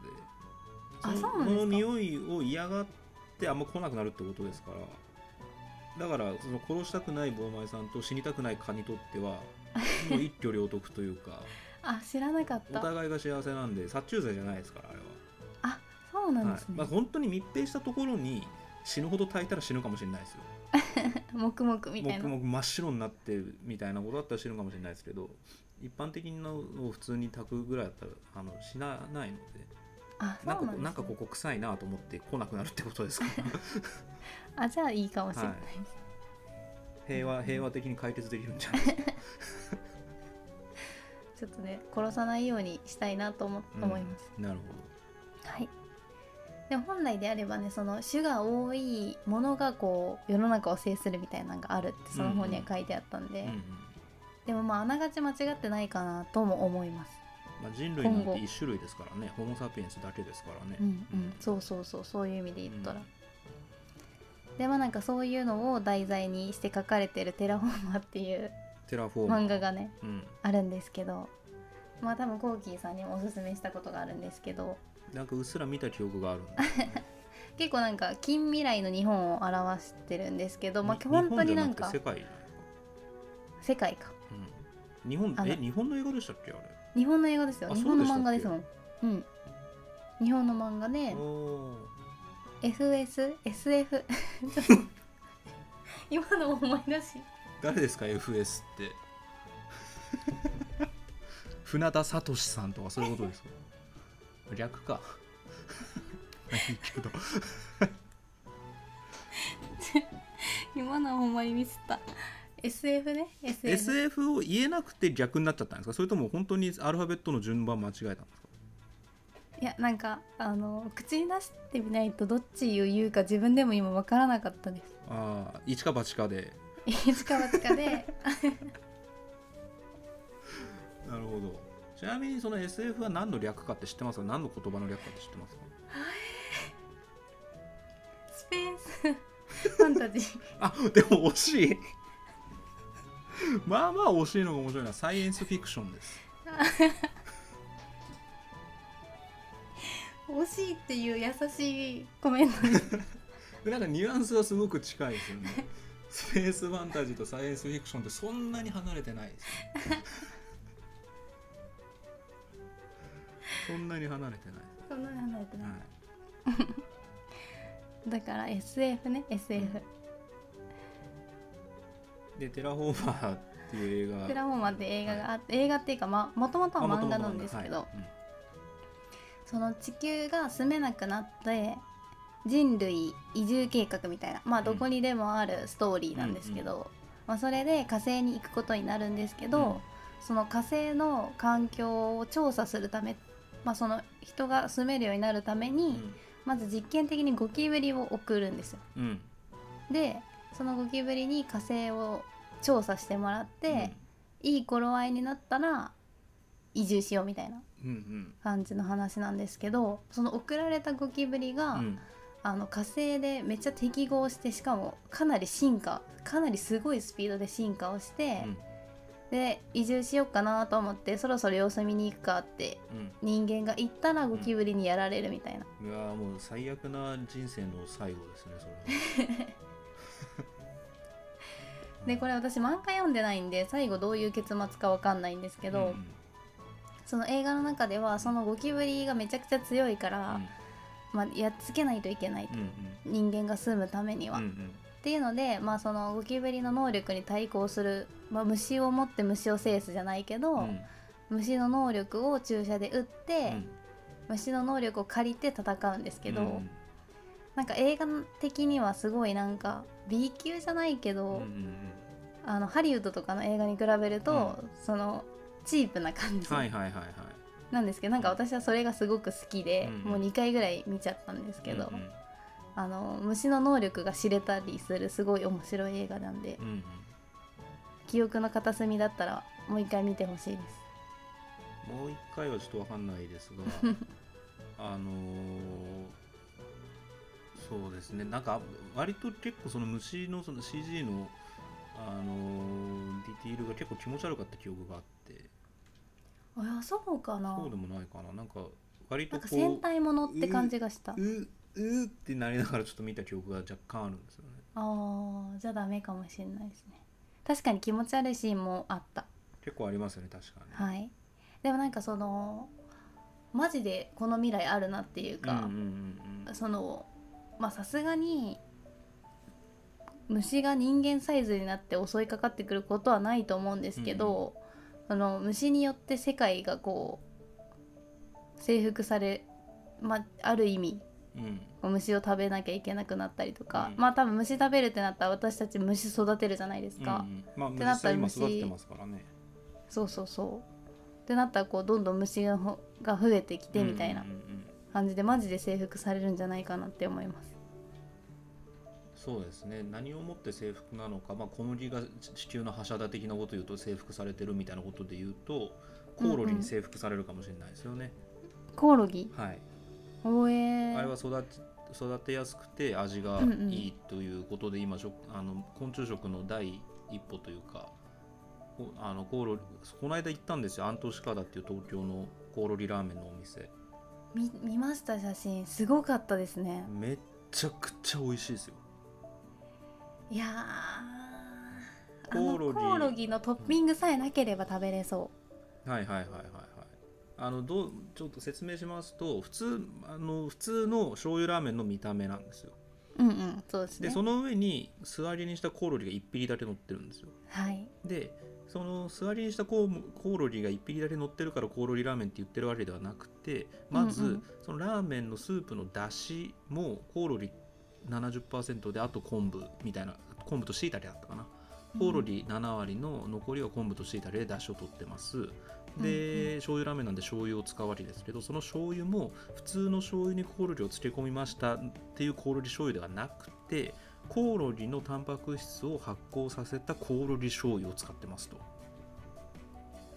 Speaker 1: あ
Speaker 2: の
Speaker 1: そうなんですか
Speaker 2: この匂いを嫌がってあんま来なくなるってことですからだからその殺したくない坊前さんと死にたくない蚊にとっ てはもう一挙両得というか
Speaker 1: あ知らなかっ
Speaker 2: お
Speaker 1: た
Speaker 2: 互いが幸せなんで殺虫剤じゃないですからあれは。
Speaker 1: あそうなんです
Speaker 2: はい
Speaker 1: ね、
Speaker 2: まあ、本当に密閉したところに死ぬほど炊いたら死ぬかもしれないですよ。
Speaker 1: 黙々みたい
Speaker 2: 僕
Speaker 1: な
Speaker 2: も真っ白になってるみたいなことだったら死ぬかもしれないですけど一般的なのを普通に炊くぐらいだったらあの死なないので
Speaker 1: あそう
Speaker 2: な
Speaker 1: なんで
Speaker 2: んか
Speaker 1: す、ね、
Speaker 2: なんかここ臭いなと思って来なくなるってこと ですから
Speaker 1: あじゃあいいかもしれないです、
Speaker 2: 平和平和的に解決できるんじゃないですか。
Speaker 1: ちょっとね殺さないようにしたいなと思,、
Speaker 2: う ん
Speaker 1: 思います
Speaker 2: なるほ
Speaker 1: はいでも本来であればねその種が多いものがこう世の中を制するみたいなのがあるってその本には書いてあったんで、
Speaker 2: ど、うんうん
Speaker 1: でもまああながち間違ってないかなとも思います
Speaker 2: まあ、人類なん
Speaker 1: 今後
Speaker 2: て一種類ですからねホモ・サピエンスだけですからね。
Speaker 1: うんうん
Speaker 2: ん、
Speaker 1: そうそうそうそういう意味で言ったら、
Speaker 2: うん
Speaker 1: でまあなんかそういうのを題材にして書かれてる「テラフォーマー」っていう
Speaker 2: テラフォーマー
Speaker 1: 漫画がね
Speaker 2: うん
Speaker 1: あるんですけどまあ多分コーキーさんにもおすすめしたことがあるんですけど
Speaker 2: なんかうっすら見た記憶があるんですよね
Speaker 1: 結構なんか近未来の日本を表してるんですけどま
Speaker 2: に
Speaker 1: あ本当になん
Speaker 2: 日
Speaker 1: か
Speaker 2: 本じゃなくて世界じゃないか
Speaker 1: 世界か
Speaker 2: うん、日本
Speaker 1: あの
Speaker 2: え日本の映画でしたっけあれ
Speaker 1: 日本の映画ですよ
Speaker 2: あ
Speaker 1: 日
Speaker 2: そう
Speaker 1: 本
Speaker 2: で
Speaker 1: の
Speaker 2: したっ
Speaker 1: 漫
Speaker 2: け
Speaker 1: 画ですもんうん日本の漫画で
Speaker 2: お
Speaker 1: FSSF 今の思い出し
Speaker 2: 誰ですか FS って 船田聡さんとかそういうことですか 略か まあいいけど
Speaker 1: 今のはほんまにミスった SF ね SF,
Speaker 2: SF を言えなくて逆になっちゃったんですかそれとも本当にアルファベットの順番間違えたんですか
Speaker 1: いやなんかあの口に出してみないとどっちを言うか自分でも今わからなかったです
Speaker 2: ああ一か八かで
Speaker 1: 飯かばつかで
Speaker 2: なるほどちなみにその SF は何の略かって知ってますか何の言葉の略かって知ってますか
Speaker 1: スペースファンタジー
Speaker 2: あでも惜しい まあまあ惜しいのが面白いなサイエンスフィクションです
Speaker 1: 惜しいっていう優しいコメントです
Speaker 2: なんかニュアンスはすごく近いですよね スペースファンタジーとサイエンスフィクションってそんなに離れてない ですねそんなに離れてない
Speaker 1: そんなに離れてない
Speaker 2: はい
Speaker 1: だから SF ね SF
Speaker 2: で「テラフォーマー」っていう
Speaker 1: 「プ
Speaker 2: 映画
Speaker 1: ラモマ」って映画があって、映画っていうかまあもともとは
Speaker 2: あ元
Speaker 1: 漫
Speaker 2: 々
Speaker 1: 画なんですけど、
Speaker 2: はいうん
Speaker 1: その地球が住めなくなって人類移住計画みたいなまあ
Speaker 2: うん
Speaker 1: どこにでもあるストーリーなんですけど、まあ、それで火星に行くことになるんですけど、
Speaker 2: うん
Speaker 1: その火星の環境を調査するため、まあ、その人が住めるようになるために、まず実験的にゴキブリを送るんですよ。
Speaker 2: うんうん
Speaker 1: でそのゴキブリに火星を調査してもらって、いい頃合いになったら移住しようみたいな
Speaker 2: うんうん
Speaker 1: 感じの話なんですけどその送られたゴキブリが、
Speaker 2: うんうん
Speaker 1: あの火星でめっちゃ適合してしかもかなり進化かなりすごいスピードで進化をして、
Speaker 2: うん
Speaker 1: で移住しようかなと思ってそろそろ様子見に行くかって人間が行ったらゴキブリにやられるみたいな、
Speaker 2: うんいやーもう最悪な人生の最後ですねそれは
Speaker 1: でこれ私漫画読んでないんで最後どういう結末かわかんないんですけど、
Speaker 2: うんうん
Speaker 1: その映画の中ではそのゴキブリがめちゃくちゃ強いから、まあ、やっつけないといけないと、
Speaker 2: うんうん
Speaker 1: 人間が住むためには。
Speaker 2: うんうん
Speaker 1: っていうので、まあ、そのゴキブリの能力に対抗する、まあ、虫を持って虫を制すじゃないけど、
Speaker 2: うん
Speaker 1: 虫の能力を注射で打って、
Speaker 2: うん
Speaker 1: 虫の能力を借りて戦うんですけど、
Speaker 2: うん
Speaker 1: なんか映画的にはすごいなんか B 級じゃないけ
Speaker 2: うん
Speaker 1: ど、
Speaker 2: うんうん
Speaker 1: あのハリウッドとかの映画に比べると、そのチープな感じ
Speaker 2: はいはいはいはい
Speaker 1: なんですけど、なんか私はそれがすごく好きで、
Speaker 2: うん
Speaker 1: もう2回ぐらい見ちゃったんですけど、
Speaker 2: うん
Speaker 1: あの虫の能力が知れたりするすごい面白い映画なんで、
Speaker 2: うんうん
Speaker 1: 記憶の片隅だったらもう一回見てほしいです。
Speaker 2: うんもう一回はちょっとわかんないですが あのーそうですねなんか割と結構その虫のその CG のあのーディティールが結構気持ち悪かった記憶があって
Speaker 1: あいやそうかな
Speaker 2: そうでもないかななんか割
Speaker 1: な
Speaker 2: と
Speaker 1: ん
Speaker 2: こ
Speaker 1: か
Speaker 2: う
Speaker 1: 戦隊ものって感じがした。
Speaker 2: ううってなりながらちょっと見た記憶が若干あるんですよね
Speaker 1: あーじゃあダメかもしれないですね。確かに気持ち悪いシーンもあった。
Speaker 2: 結構ありますよね確かに、
Speaker 1: はい。でもなんかそのマジでこの未来あるなっていうか
Speaker 2: うん、うんうん
Speaker 1: そのまあさすがに虫が人間サイズになって襲いかかってくることはないと思うんですけど、その虫によって世界がこう征服され、まあ、ある意味
Speaker 2: うんうん
Speaker 1: 虫を食べなきゃいけなくなったりとか、
Speaker 2: うん
Speaker 1: まあ多分虫食べるってなったら私たち虫育てるじゃないですか、
Speaker 2: うんうん
Speaker 1: て
Speaker 2: まあ
Speaker 1: な
Speaker 2: 実
Speaker 1: った
Speaker 2: 際
Speaker 1: ら
Speaker 2: 今
Speaker 1: 虫
Speaker 2: 育ってますからね
Speaker 1: そうそうそうってなったらこうどんどん虫がほが増えてきてみたいな
Speaker 2: うんうんうん
Speaker 1: 感じでマジで征服されるんじゃないかなって思います。
Speaker 2: そうですね何をもって征服なのか、まあ、小麦が地地球の覇者だ的なことを言うと征服されてるみたいなことで言うとコオロギに征服されるかもしれないですよね、
Speaker 1: コオロギ
Speaker 2: はい
Speaker 1: おえ
Speaker 2: あれは育ち育てやすくて味が
Speaker 1: うんうん
Speaker 2: いいということで、今食あの昆虫食の第一歩というかこあのコオロギこの間行ったんですよアントシカダっていう東京のコオロギラーメンのお店
Speaker 1: み見ました写真すごかったですね
Speaker 2: めっちゃくちゃ美味しいですよ
Speaker 1: いやーあ
Speaker 2: コ
Speaker 1: の
Speaker 2: オロギ
Speaker 1: コオロギのトッピングさえなければ食べれそ
Speaker 2: はいはいはいはいはいあのどうちょっと説明しますと普通あの普通の醤油ラーメンの見た目なんですよ
Speaker 1: ううんうんそうです
Speaker 2: で
Speaker 1: ね
Speaker 2: その上に素揚げにしたコオロギが1匹だけ乗ってるんですよ
Speaker 1: はい
Speaker 2: でその素揚げにしたコウコオロギが1匹だけ乗ってるからコオロギラーメンって言ってるわけではなくてまず、
Speaker 1: うんうん
Speaker 2: そのラーメンのスープの出汁もコオロギ70%であと昆布みたいな昆布と椎茸だったかなコオロギ7割の残りは昆布と椎茸で出汁を取ってますで、
Speaker 1: うん
Speaker 2: 醤油ラーメンなんで醤油を使うわけですけどその醤油も普通の醤油にコオロギを漬け込みましたっていうコオロギ醤油ではなくてコオロギのタンパク質を発酵させたコオロギ醤油を使ってますと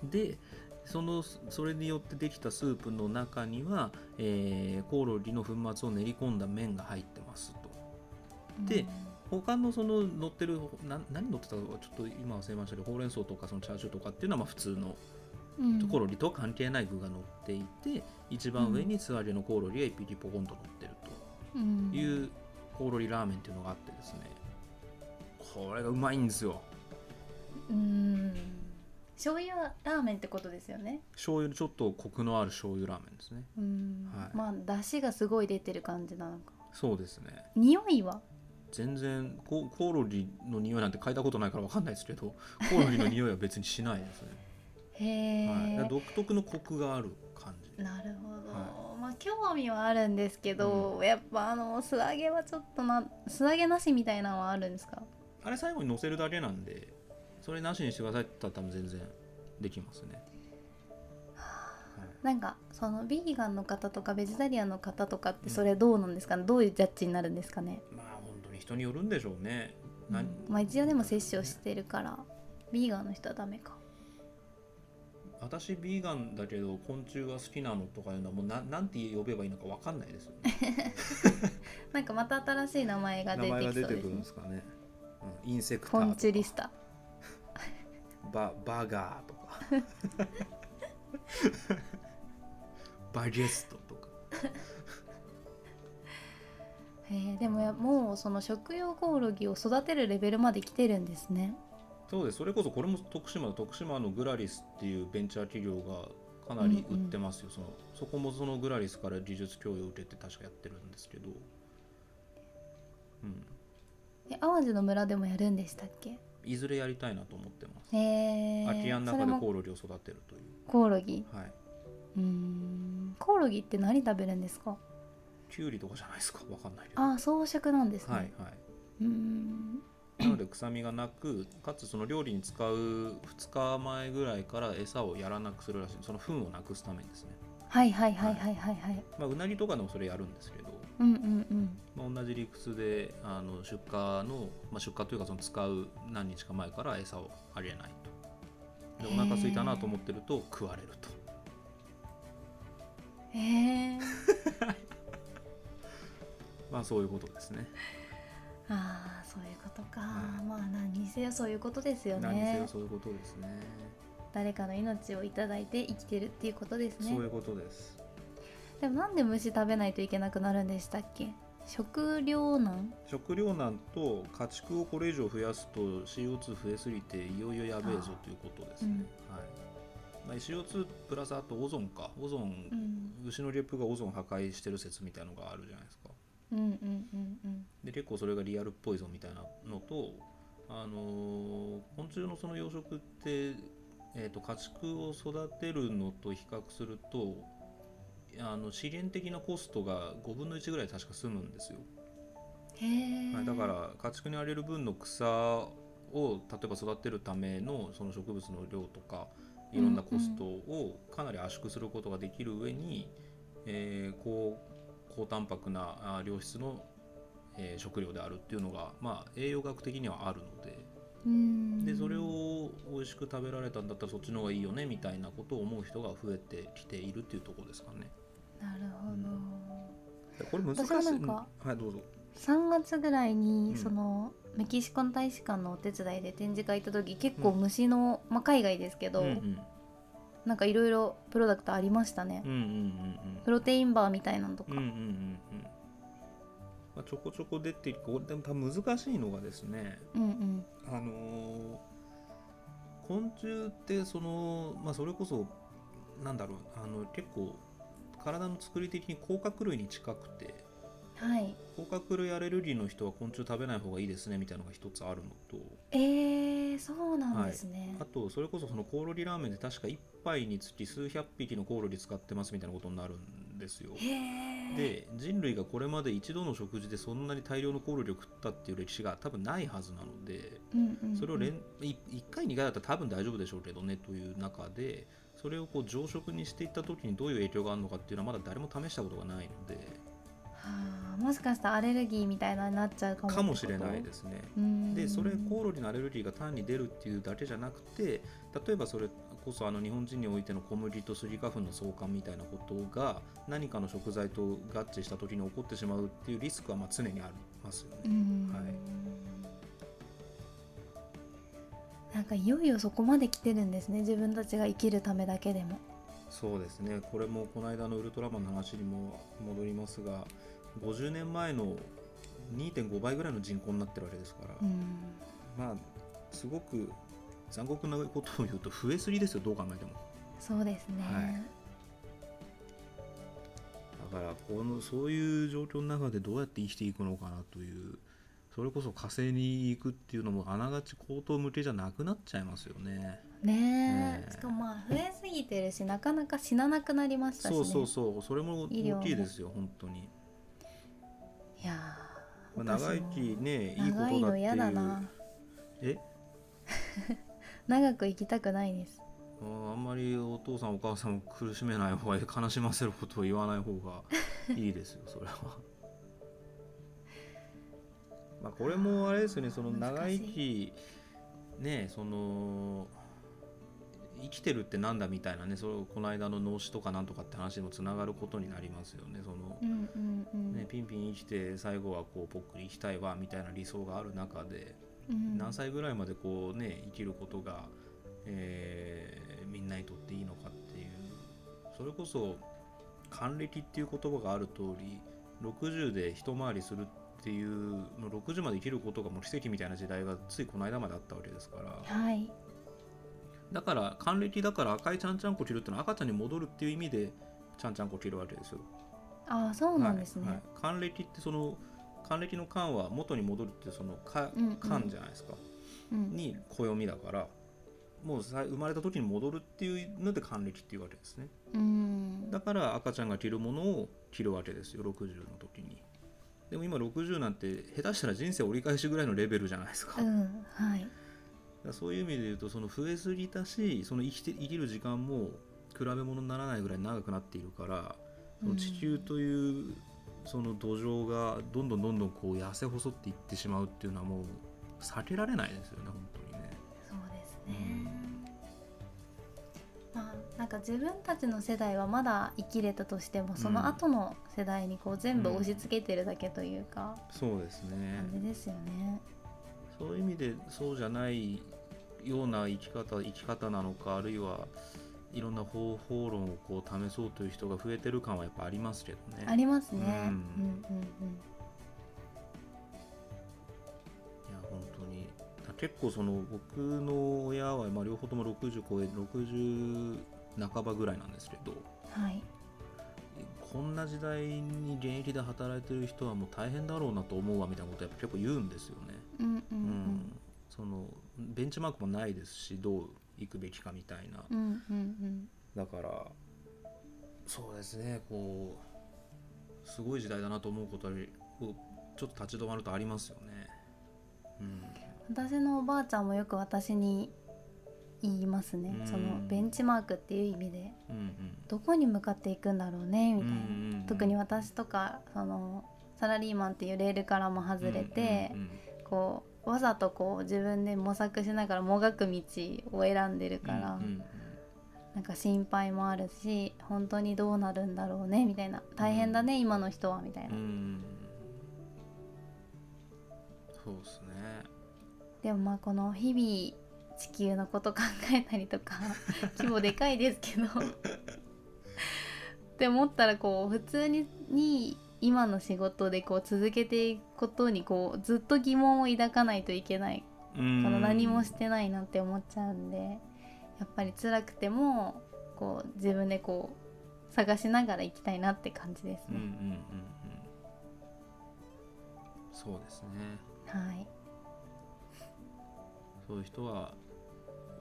Speaker 2: でそのそれによってできたスープの中には、えーコオロギの粉末を練り込んだ麺が入ってますとで他のその乗ってるな何乗ってたかちょっと今忘れましたけどほうれん草とかそのチャーシューとかっていうのはまあ普通の
Speaker 1: うん
Speaker 2: コオロギとは関係ない具が乗っていて、一番上に素揚げのコオロギが1匹ポコンと乗ってる
Speaker 1: うん
Speaker 2: というコオロギラーメンっていうのがあってですねこれがうまいんですよ
Speaker 1: うん醤油ラーメンってことですよね
Speaker 2: 醤油ちょっとコクのある醤油ラーメンですね
Speaker 1: うん、
Speaker 2: はい
Speaker 1: まあ出汁がすごい出てる感じなのか
Speaker 2: そうですね
Speaker 1: 匂いは
Speaker 2: 全然ココオロギの匂いなんて嗅いだことないから分かんないですけどコオロギの匂いは別にしないですね、
Speaker 1: へ
Speaker 2: はい、
Speaker 1: え、
Speaker 2: だから独特のコクがある感じ
Speaker 1: なるほど、
Speaker 2: は
Speaker 1: まあ興味はあるんですけど、やっぱあの素揚げはちょっとな素揚げなしみたいなのはあるんですか
Speaker 2: あれ最後に乗せるだけなんでそれなしにしてくださいって言ったら多分全然できますね、はい
Speaker 1: なんかそのビーガンの方とかベジタリアンの方とかって
Speaker 2: うん
Speaker 1: それどうなんですかね、どういうジャッジになるんですかね、
Speaker 2: まあ本当に人によるんでしょうね
Speaker 1: う
Speaker 2: 何
Speaker 1: んまあ一応でも摂取をしてるからビーガンの人はダメか
Speaker 2: 私ビーガンだけど昆虫が好きなのとかいうのはもうななんて呼べばいいのかわかんないですよね
Speaker 1: なんかまた新しい名前 が出
Speaker 2: 名前
Speaker 1: て
Speaker 2: が
Speaker 1: きそ
Speaker 2: 出
Speaker 1: う
Speaker 2: て
Speaker 1: で
Speaker 2: く
Speaker 1: す
Speaker 2: るん
Speaker 1: ね
Speaker 2: ですかね、うん、インセクタ
Speaker 1: ポ
Speaker 2: ー
Speaker 1: ン
Speaker 2: と
Speaker 1: チ
Speaker 2: か
Speaker 1: ュリスタ
Speaker 2: ババガーとか バゲストとか
Speaker 1: へえでもやもうその食用コオロギを育てるレベルまで来てるんですね
Speaker 2: そうですそれこそこれも徳島の徳島のグラリスっていうベンチャー企業がかなり売ってますよ、そのそこもそのグラリスから技術教養を受けて確かやってるんですけど、うん、
Speaker 1: え淡路の村でもやるんでしたっけ
Speaker 2: いずれやりたいなと思ってます、
Speaker 1: へえ
Speaker 2: 空き家の
Speaker 1: それ
Speaker 2: 中で
Speaker 1: も
Speaker 2: コオロギを育てるという
Speaker 1: コオロギ
Speaker 2: はい
Speaker 1: うーんコオロギって何食べるんですか
Speaker 2: きゅうりとかじゃないですかわかんないけど
Speaker 1: ああ草食なんですね、
Speaker 2: はいはいう
Speaker 1: ーん
Speaker 2: なので臭みがなくかつその料理に使う2日前ぐらいから餌をやらなくするらしいその糞をなくすためにですね、
Speaker 1: はいはいはいはいはいはい
Speaker 2: まあ、うなぎとかでもそれやるんですけど、
Speaker 1: うんうんうん
Speaker 2: まあ、同じ理屈であの出荷の、まあ、出荷というかその使う何日か前から餌をあげないとでお腹空いたなと思ってると食われると
Speaker 1: へえ
Speaker 2: まあそういうことですね
Speaker 1: ああそういうことか、
Speaker 2: はい
Speaker 1: まあ何にせよそういうことですよ
Speaker 2: 何せ
Speaker 1: ね
Speaker 2: よそういうことですね
Speaker 1: 誰かの命をいただいて生きてるっていうことですね
Speaker 2: そういうことです
Speaker 1: でもなんで虫食べないといけなくなるんでしたっけ食糧難
Speaker 2: 食糧難と家畜をこれ以上増やすと CO2 増えすぎていよいよやべえぞということですね、はいまあ、CO2 プラスあとオゾンかオゾン、
Speaker 1: うん
Speaker 2: 牛のゲップがオゾン破壊してる説みたいのがあるじゃないですか
Speaker 1: うんうんうんうん
Speaker 2: で結構それがリアルっぽいぞみたいなのと、あのー昆虫のその養殖って、えー、と家畜を育てるのと比較するとあの資源的なコストが5分の1ぐらい確か済むんですよ、
Speaker 1: へえ、
Speaker 2: はい、だから家畜に荒れる分の草を例えば育てるためのその植物の量とかいろんなコストをかなり圧縮することができる上に、えー高高タンパクなあー良質の、えー食料であるっていうのが、まあ、栄養学的にはあるので
Speaker 1: うーん
Speaker 2: でそれを美味しく食べられたんだったらそっちの方がいいよねみたいなことを思う人が増えてきているっていうところですかね。
Speaker 1: なるほど、
Speaker 2: これ難しい
Speaker 1: 私はなんか
Speaker 2: うんはいどうぞ
Speaker 1: 3月ぐらいに、
Speaker 2: うん
Speaker 1: そのメキシコの大使館のお手伝いで展示会行った時結構虫の、まあ、海外ですけど、
Speaker 2: うんうん
Speaker 1: なんかいろいろプロダクトありましたね、
Speaker 2: うんうんうんうん
Speaker 1: プロテインバーみたいなのとか、
Speaker 2: うんうんうんうんまあ、ちょこちょこ出てこれでも多分難しいのがですね
Speaker 1: うんうん
Speaker 2: あのー昆虫ってその、まあ、それこそなんだろうあの結構体の作り的に甲殻類に近くて
Speaker 1: はい
Speaker 2: 甲殻類アレルギーの人は昆虫食べない方がいいですねみたいなのが一つあるのと
Speaker 1: えー、そうなんですね、
Speaker 2: あとそれこそそのコオロギラーメンで確か1杯につき数百匹のコオロギ使ってますみたいなことになるんですよ。
Speaker 1: へえ
Speaker 2: で人類がこれまで一度の食事でそんなに大量のコオロギを食ったっていう歴史が多分ないはずなので
Speaker 1: うんうんうん
Speaker 2: それを連1回2回だったら多分大丈夫でしょうけどねという中でそれをこう常食にしていった時にどういう影響があるのかっていうのはまだ誰も試したことがないので
Speaker 1: はあもしかしたらアレルギーみたいなのになっちゃうかも
Speaker 2: かもしれないですすね。
Speaker 1: で
Speaker 2: でそれコオロギのアレルギーが単に出るっていうだけじゃなくて例えばそれこそあの日本人においての小麦とスギ花粉の相関みたいなことが何かの食材と合致した時に起こってしまうっていうリスクはまあ常にありますよ
Speaker 1: う
Speaker 2: ね。
Speaker 1: ん、
Speaker 2: はい
Speaker 1: なんかいよいよそこまで来てるんですね自分たちが生きるためだけでも
Speaker 2: そうですねこれもこの間のウルトラマンの話にも戻りますが50年前の2.5倍ぐらいの人口になってるわけですから、
Speaker 1: うん
Speaker 2: まあすごく残酷なことを言うと増えすぎですよどう考えても。
Speaker 1: そうですね、
Speaker 2: はいだからこのそういう状況の中でどうやって生きていくのかなというそれこそ火星に行くっていうのもあながち高等向けじゃなくなっちゃいますよね。
Speaker 1: ね
Speaker 2: ね
Speaker 1: え
Speaker 2: え
Speaker 1: しかもまあ増えすぎてるしなかなか死ななくなりましたし、ね、
Speaker 2: そうそうそうそれも
Speaker 1: 医療も
Speaker 2: 大きいですよ本当に。
Speaker 1: いやー
Speaker 2: まあ長
Speaker 1: 私
Speaker 2: 生
Speaker 1: も
Speaker 2: きねいいことだっ
Speaker 1: 長
Speaker 2: てい
Speaker 1: いうの嫌だな
Speaker 2: え
Speaker 1: 長く生きたくないです
Speaker 2: あーあんまりお父さんお母さんを苦しめない方が悲しませることを言わない方 がいいですよそれは。まあこれもあれですよねその長
Speaker 1: 難
Speaker 2: 生きねその生きてるってなんだみたいなねそれをこの間の脳死とかなんとかって話にもつながることになりますよね。その
Speaker 1: うんうんうん、
Speaker 2: ね、ピンピン生きて最後はこうぽっくり生きたいわみたいな理想がある中で
Speaker 1: うん
Speaker 2: 何歳ぐらいまでこうね生きることが、えーみんなにとっていいのかっていうそれこそ還暦っていう言葉がある通り60で一回りするっていうもう60まで生きることがもう奇跡みたいな時代がついこの間まであったわけですから
Speaker 1: はい
Speaker 2: だから還暦だから赤いちゃんちゃんこ着るってのは赤ちゃんに戻るっていう意味でちゃんちゃんこ着るわけですよ。
Speaker 1: ああそうなんですね、
Speaker 2: はいはい還暦ってその還暦の還は元に戻るってそのか
Speaker 1: うんうん
Speaker 2: 還じゃないですか、
Speaker 1: うん
Speaker 2: に暦だからもうさ生まれた時に戻るっていうので還暦っていうわけですね
Speaker 1: うん
Speaker 2: だから赤ちゃんが着るものを着るわけですよ60の時にでも今60なんて下手したら人生折り返しぐらいのレベルじゃないですか,、
Speaker 1: う
Speaker 2: だか
Speaker 1: んはい
Speaker 2: らそういう意味で言うとその増えすぎたしその生きて生きる時間も比べ物にならないぐらい長くなっているからその地球というその土壌がどんどんどんどんこう痩せ細っていってしまうっていうのはもう避けられないですよね本当にね。
Speaker 1: そうですね。まあなんか自分たちの世代はまだ生きれたとしてもその後の世代にこう全部押し付けてるだけというか、
Speaker 2: そうですね
Speaker 1: 感じですよね。
Speaker 2: そういう意味でそうじゃないような生き方生き方なのかあるいはいろんな方法論をこう試そうという人が増えてる感はやっぱありますけどね。
Speaker 1: ありますね。
Speaker 2: うん
Speaker 1: うんうんうん。
Speaker 2: いや本当にだ結構その僕の親は、まあ、両方とも60超え60半ばぐらいなんですけど
Speaker 1: はい。
Speaker 2: こんな時代に現役で働いてる人はもう大変だろうなと思うわみたいなことはやっぱ結構言うんですよね。
Speaker 1: うんう
Speaker 2: うんん、そのベンチマークもないですしどう行くべきかみたいな
Speaker 1: うん。うんうん
Speaker 2: だからそうですねこうすごい時代だなと思うことよりこうちょっと立ち止まるとありますよね。うん、
Speaker 1: うん。私のおばあちゃんもよく私に言いますね
Speaker 2: う。ん
Speaker 1: そのベンチマークっていう意味で
Speaker 2: うん
Speaker 1: どこに向かっていくんだろうね
Speaker 2: うん
Speaker 1: みたいな。
Speaker 2: うんうん
Speaker 1: 特に私とかそのサラリーマンっていうレールからも外れて、
Speaker 2: うんうん
Speaker 1: こうわざとこう自分で模索しながらもがく道を選んでるから、
Speaker 2: うんうん
Speaker 1: なんか心配もあるし本当にどうなるんだろうねみたいな大変だね、今の人はみたい
Speaker 2: うんう
Speaker 1: な、
Speaker 2: んそうですね。
Speaker 1: でもまあこの日々地球のこと考えたりとか規模でかいですけどって思ったらこう普通にに今の仕事でこう続けていくことにこうずっと疑問を抱かないといけない
Speaker 2: うん
Speaker 1: この何もしてないなって思っちゃうんでやっぱり辛くてもこう自分でこう探しながら行きたいなって感じです
Speaker 2: うんうん
Speaker 1: ね。
Speaker 2: うんうんそうですね。
Speaker 1: はい、
Speaker 2: そういう人は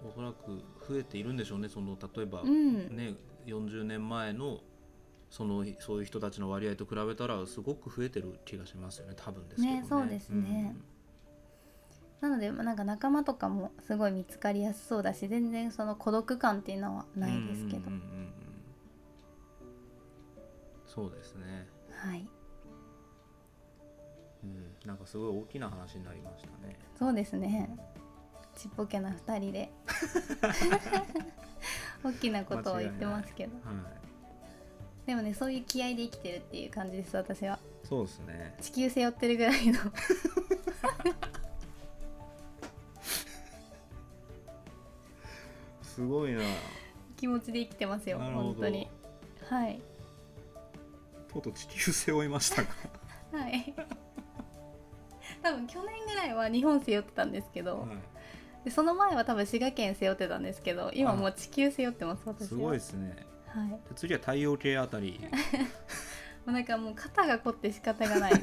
Speaker 2: おそらく増えているんでしょうねその例えば、
Speaker 1: うん
Speaker 2: ね、40年前のそのそういう人たちの割合と比べたらすごく増えてる気がしますよね多分ですけどね。
Speaker 1: ねそうですねなのでまあなんか仲間とかもすごい見つかりやすそうだし全然その孤独感っていうのは
Speaker 2: うん
Speaker 1: ないですけど、
Speaker 2: うんうんうんうんそうですね、
Speaker 1: はい
Speaker 2: うん、なんかすごい大きな話になりましたね。
Speaker 1: そうですねちっぽけな2人 で大きなことを言ってますけど
Speaker 2: はい、
Speaker 1: でもねそういう気合で生きてるっていう感じです私は
Speaker 2: そうですね。
Speaker 1: 地球背負ってるぐらいの
Speaker 2: すごいな。
Speaker 1: 気持ちで生きてますよ
Speaker 2: なるほど
Speaker 1: 本当にはい
Speaker 2: とうとう地球 背負いましたか。
Speaker 1: はい。多分去年ぐらいは日本背負ってたんですけど、
Speaker 2: は
Speaker 1: でその前は多分滋賀県背負ってたんですけど今もう地球背負ってます
Speaker 2: い、
Speaker 1: 私は
Speaker 2: すごいですね。
Speaker 1: はいも
Speaker 2: で次は太陽系あたり。
Speaker 1: うなんかもう肩が凝って仕方がない
Speaker 2: す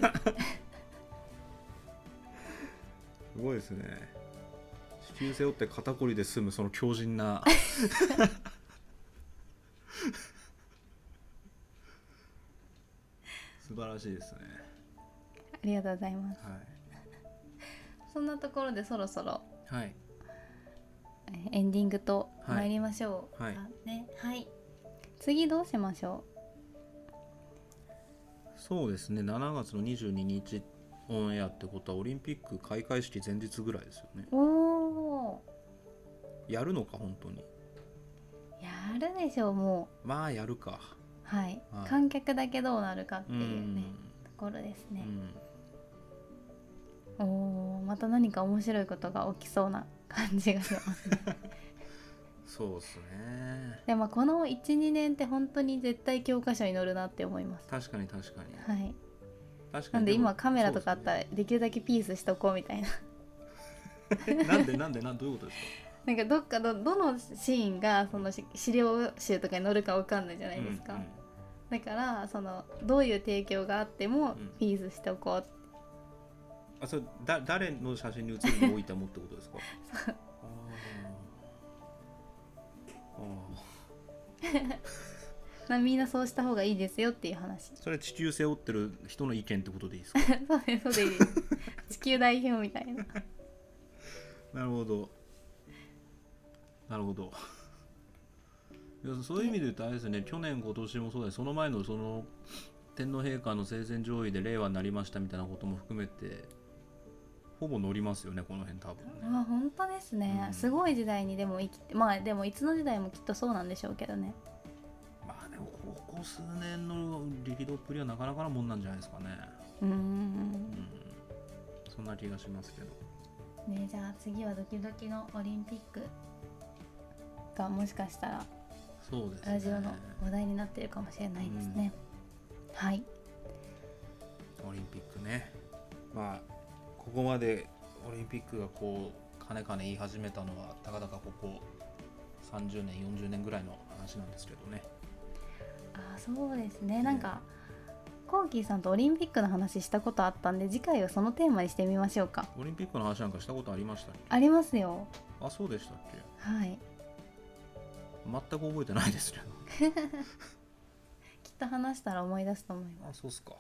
Speaker 2: ごいですね。地球背負って肩こりで済むその強 靭な。素晴らしいですね。
Speaker 1: ありがとうございます
Speaker 2: は
Speaker 1: そんなところでそろそろ
Speaker 2: い。はい。
Speaker 1: えーエンディングと参りましょう、
Speaker 2: はい
Speaker 1: あねはい次どうしましょ
Speaker 2: そうですね。7月の22日オンエアってことはオリンピック開会式前日ぐらいですよね。
Speaker 1: うお
Speaker 2: やるのか本当に。
Speaker 1: ーやるでしょうも
Speaker 2: まあやるか。
Speaker 1: うはい、
Speaker 2: はい
Speaker 1: 観客だけどうなるかって
Speaker 2: う
Speaker 1: い
Speaker 2: ん。
Speaker 1: うねところです
Speaker 2: う
Speaker 1: ね、
Speaker 2: ん。
Speaker 1: おーまた何か面白いことが起きそうな感じがします ね
Speaker 2: そうですね。
Speaker 1: でもこの12年って本当に絶対教科書に載るなって思います
Speaker 2: 確かに確かに。
Speaker 1: はい
Speaker 2: 確か
Speaker 1: な
Speaker 2: に
Speaker 1: んで
Speaker 2: も
Speaker 1: 今カメラとかあった
Speaker 2: そ
Speaker 1: らできるだけピースしとこうみたいな
Speaker 2: うですねなんでなんでなんどういうことですか。
Speaker 1: なんかどっかどどのシーンがそのし資料集とかに載るかわかんないじゃないですか、
Speaker 2: うんうん
Speaker 1: だからそのどういう提供があっても
Speaker 2: うん
Speaker 1: ピースしておこうって
Speaker 2: あそれだ誰の写真に写るのを置いたもってことですかあ
Speaker 1: まあみんなそうした方がいいですよっていう 話
Speaker 2: それ地球背負ってる人の意見ってことでいいですか
Speaker 1: そうですそうです地球代表みたいな
Speaker 2: なるほどなるほどいやそういう意味で言うとあれですね去年今年もそうだしその前のその天皇陛下の生前上位で令和になりましたみたいなことも含めてほぼ乗りますよねこの辺多分ね
Speaker 1: あ本当ですね、
Speaker 2: うん
Speaker 1: すごい時代にでも生きてまあでもいつの時代もきっとそうなんでしょうけどね
Speaker 2: まあでもここ数年の力道っぷりはなかなかなもんなんじゃないですかね
Speaker 1: うー
Speaker 2: うんんそんな気がしますけど
Speaker 1: ねじゃあ次はドキドキのオリンピックがもしかしたら
Speaker 2: そうですね
Speaker 1: ラジオの話題になってるかもしれないですね、はい
Speaker 2: オリンピックねまあここまでオリンピックがこうかねかね言い始めたのはたかだかここ30年40年ぐらいの話なんですけどね
Speaker 1: あそうですねなんか、コーキーさんとオリンピックの話したことあったんで次回はそのテーマにしてみましょうか
Speaker 2: オリンピックの話なんかしたことありましたっけ
Speaker 1: ありますよ
Speaker 2: あそうでしたっけ
Speaker 1: はい
Speaker 2: 全く覚えてな いですけど
Speaker 1: きっと話したら思い出すと思います
Speaker 2: あそうっすか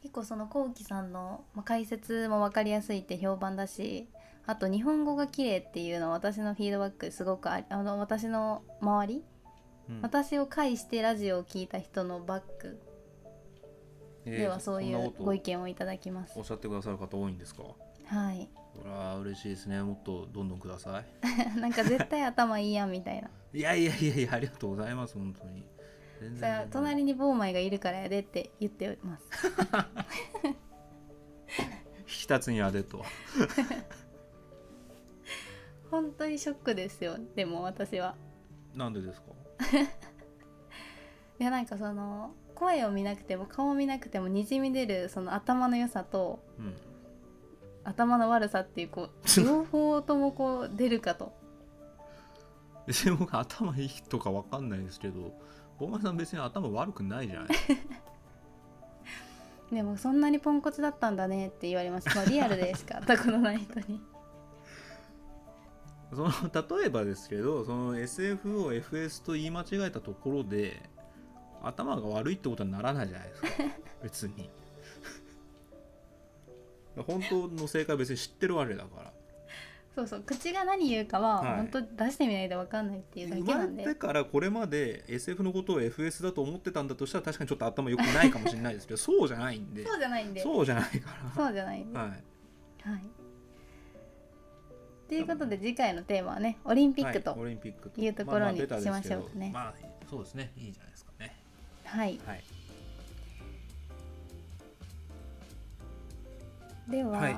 Speaker 1: 結構そのこうきさんのまあ解説も分かりやすいって評判だしあと日本語が綺麗っていうのは私のフィードバックすごくありあの私の周り、
Speaker 2: うん
Speaker 1: 私を介してラジオを聞いた人のバック
Speaker 2: えー
Speaker 1: ではそうい
Speaker 2: んな
Speaker 1: う
Speaker 2: こと
Speaker 1: ご意見をいただきます、
Speaker 2: おっしゃってくださる方多いんですか
Speaker 1: はい
Speaker 2: それは嬉しいですねもっとどんどんくださ
Speaker 1: なんか絶対頭いいやんみたいない
Speaker 2: いやいやいやいやありがとうございます本当に全
Speaker 1: それは隣にボーマイがいるからやでって言ってます
Speaker 2: 引き立つにはでと
Speaker 1: 本当にショックですよでも私は
Speaker 2: なんでですか
Speaker 1: いやなんかその声を見なくても顔を見なくてもにじみ出るその頭の良さと
Speaker 2: うん
Speaker 1: 頭の悪さっていうこう両方ともこう出るかと
Speaker 2: 別に僕頭いいとかわかんないですけど大前さん別に頭悪くないじゃない
Speaker 1: でもそんなにポンコツだったんだねって言われました、まあ、リアルでし か会ったことない人に
Speaker 2: その例えばですけどその SF を FS と言い間違えたところで頭が悪いってことはならないじゃないですか別に 本当の正解は別に知ってるわけだから
Speaker 1: そうそう口が何言うかは
Speaker 2: はい
Speaker 1: 本当出してみないと分かんないっていうだけ
Speaker 2: 生
Speaker 1: な
Speaker 2: ま
Speaker 1: んで、
Speaker 2: れてからこれまで SF のことを FS だと思ってたんだとしたら確かにちょっと頭良くないかもしれないですけどそうじゃないんで
Speaker 1: そうじゃないんでそう
Speaker 2: そうじゃないか
Speaker 1: じゃないんで
Speaker 2: ら、
Speaker 1: は
Speaker 2: はい、
Speaker 1: いということで次回のテーマはねオリンピックと
Speaker 2: はいオリンピック
Speaker 1: いうところに
Speaker 2: ベタですけど
Speaker 1: しましょうかね
Speaker 2: まあそうですねいいじゃないですかね
Speaker 1: はい、
Speaker 2: はい
Speaker 1: では
Speaker 2: はい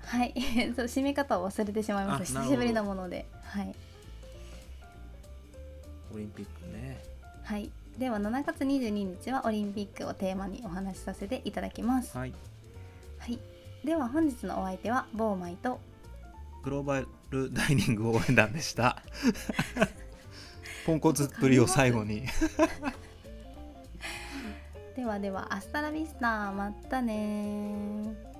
Speaker 1: はい そう締め方を忘れてしまいました
Speaker 2: あ
Speaker 1: 久
Speaker 2: なるほど
Speaker 1: しぶりなものではい、
Speaker 2: オリンピックね
Speaker 1: はい、では7月22日はオリンピックをテーマにお話しさせていただきます
Speaker 2: はい
Speaker 1: はい、では本日のお相手はボーマイと
Speaker 2: グローバルダイニング応援団でした ポンコツっぷりを最後に
Speaker 1: ではではアスタラビスタまたねー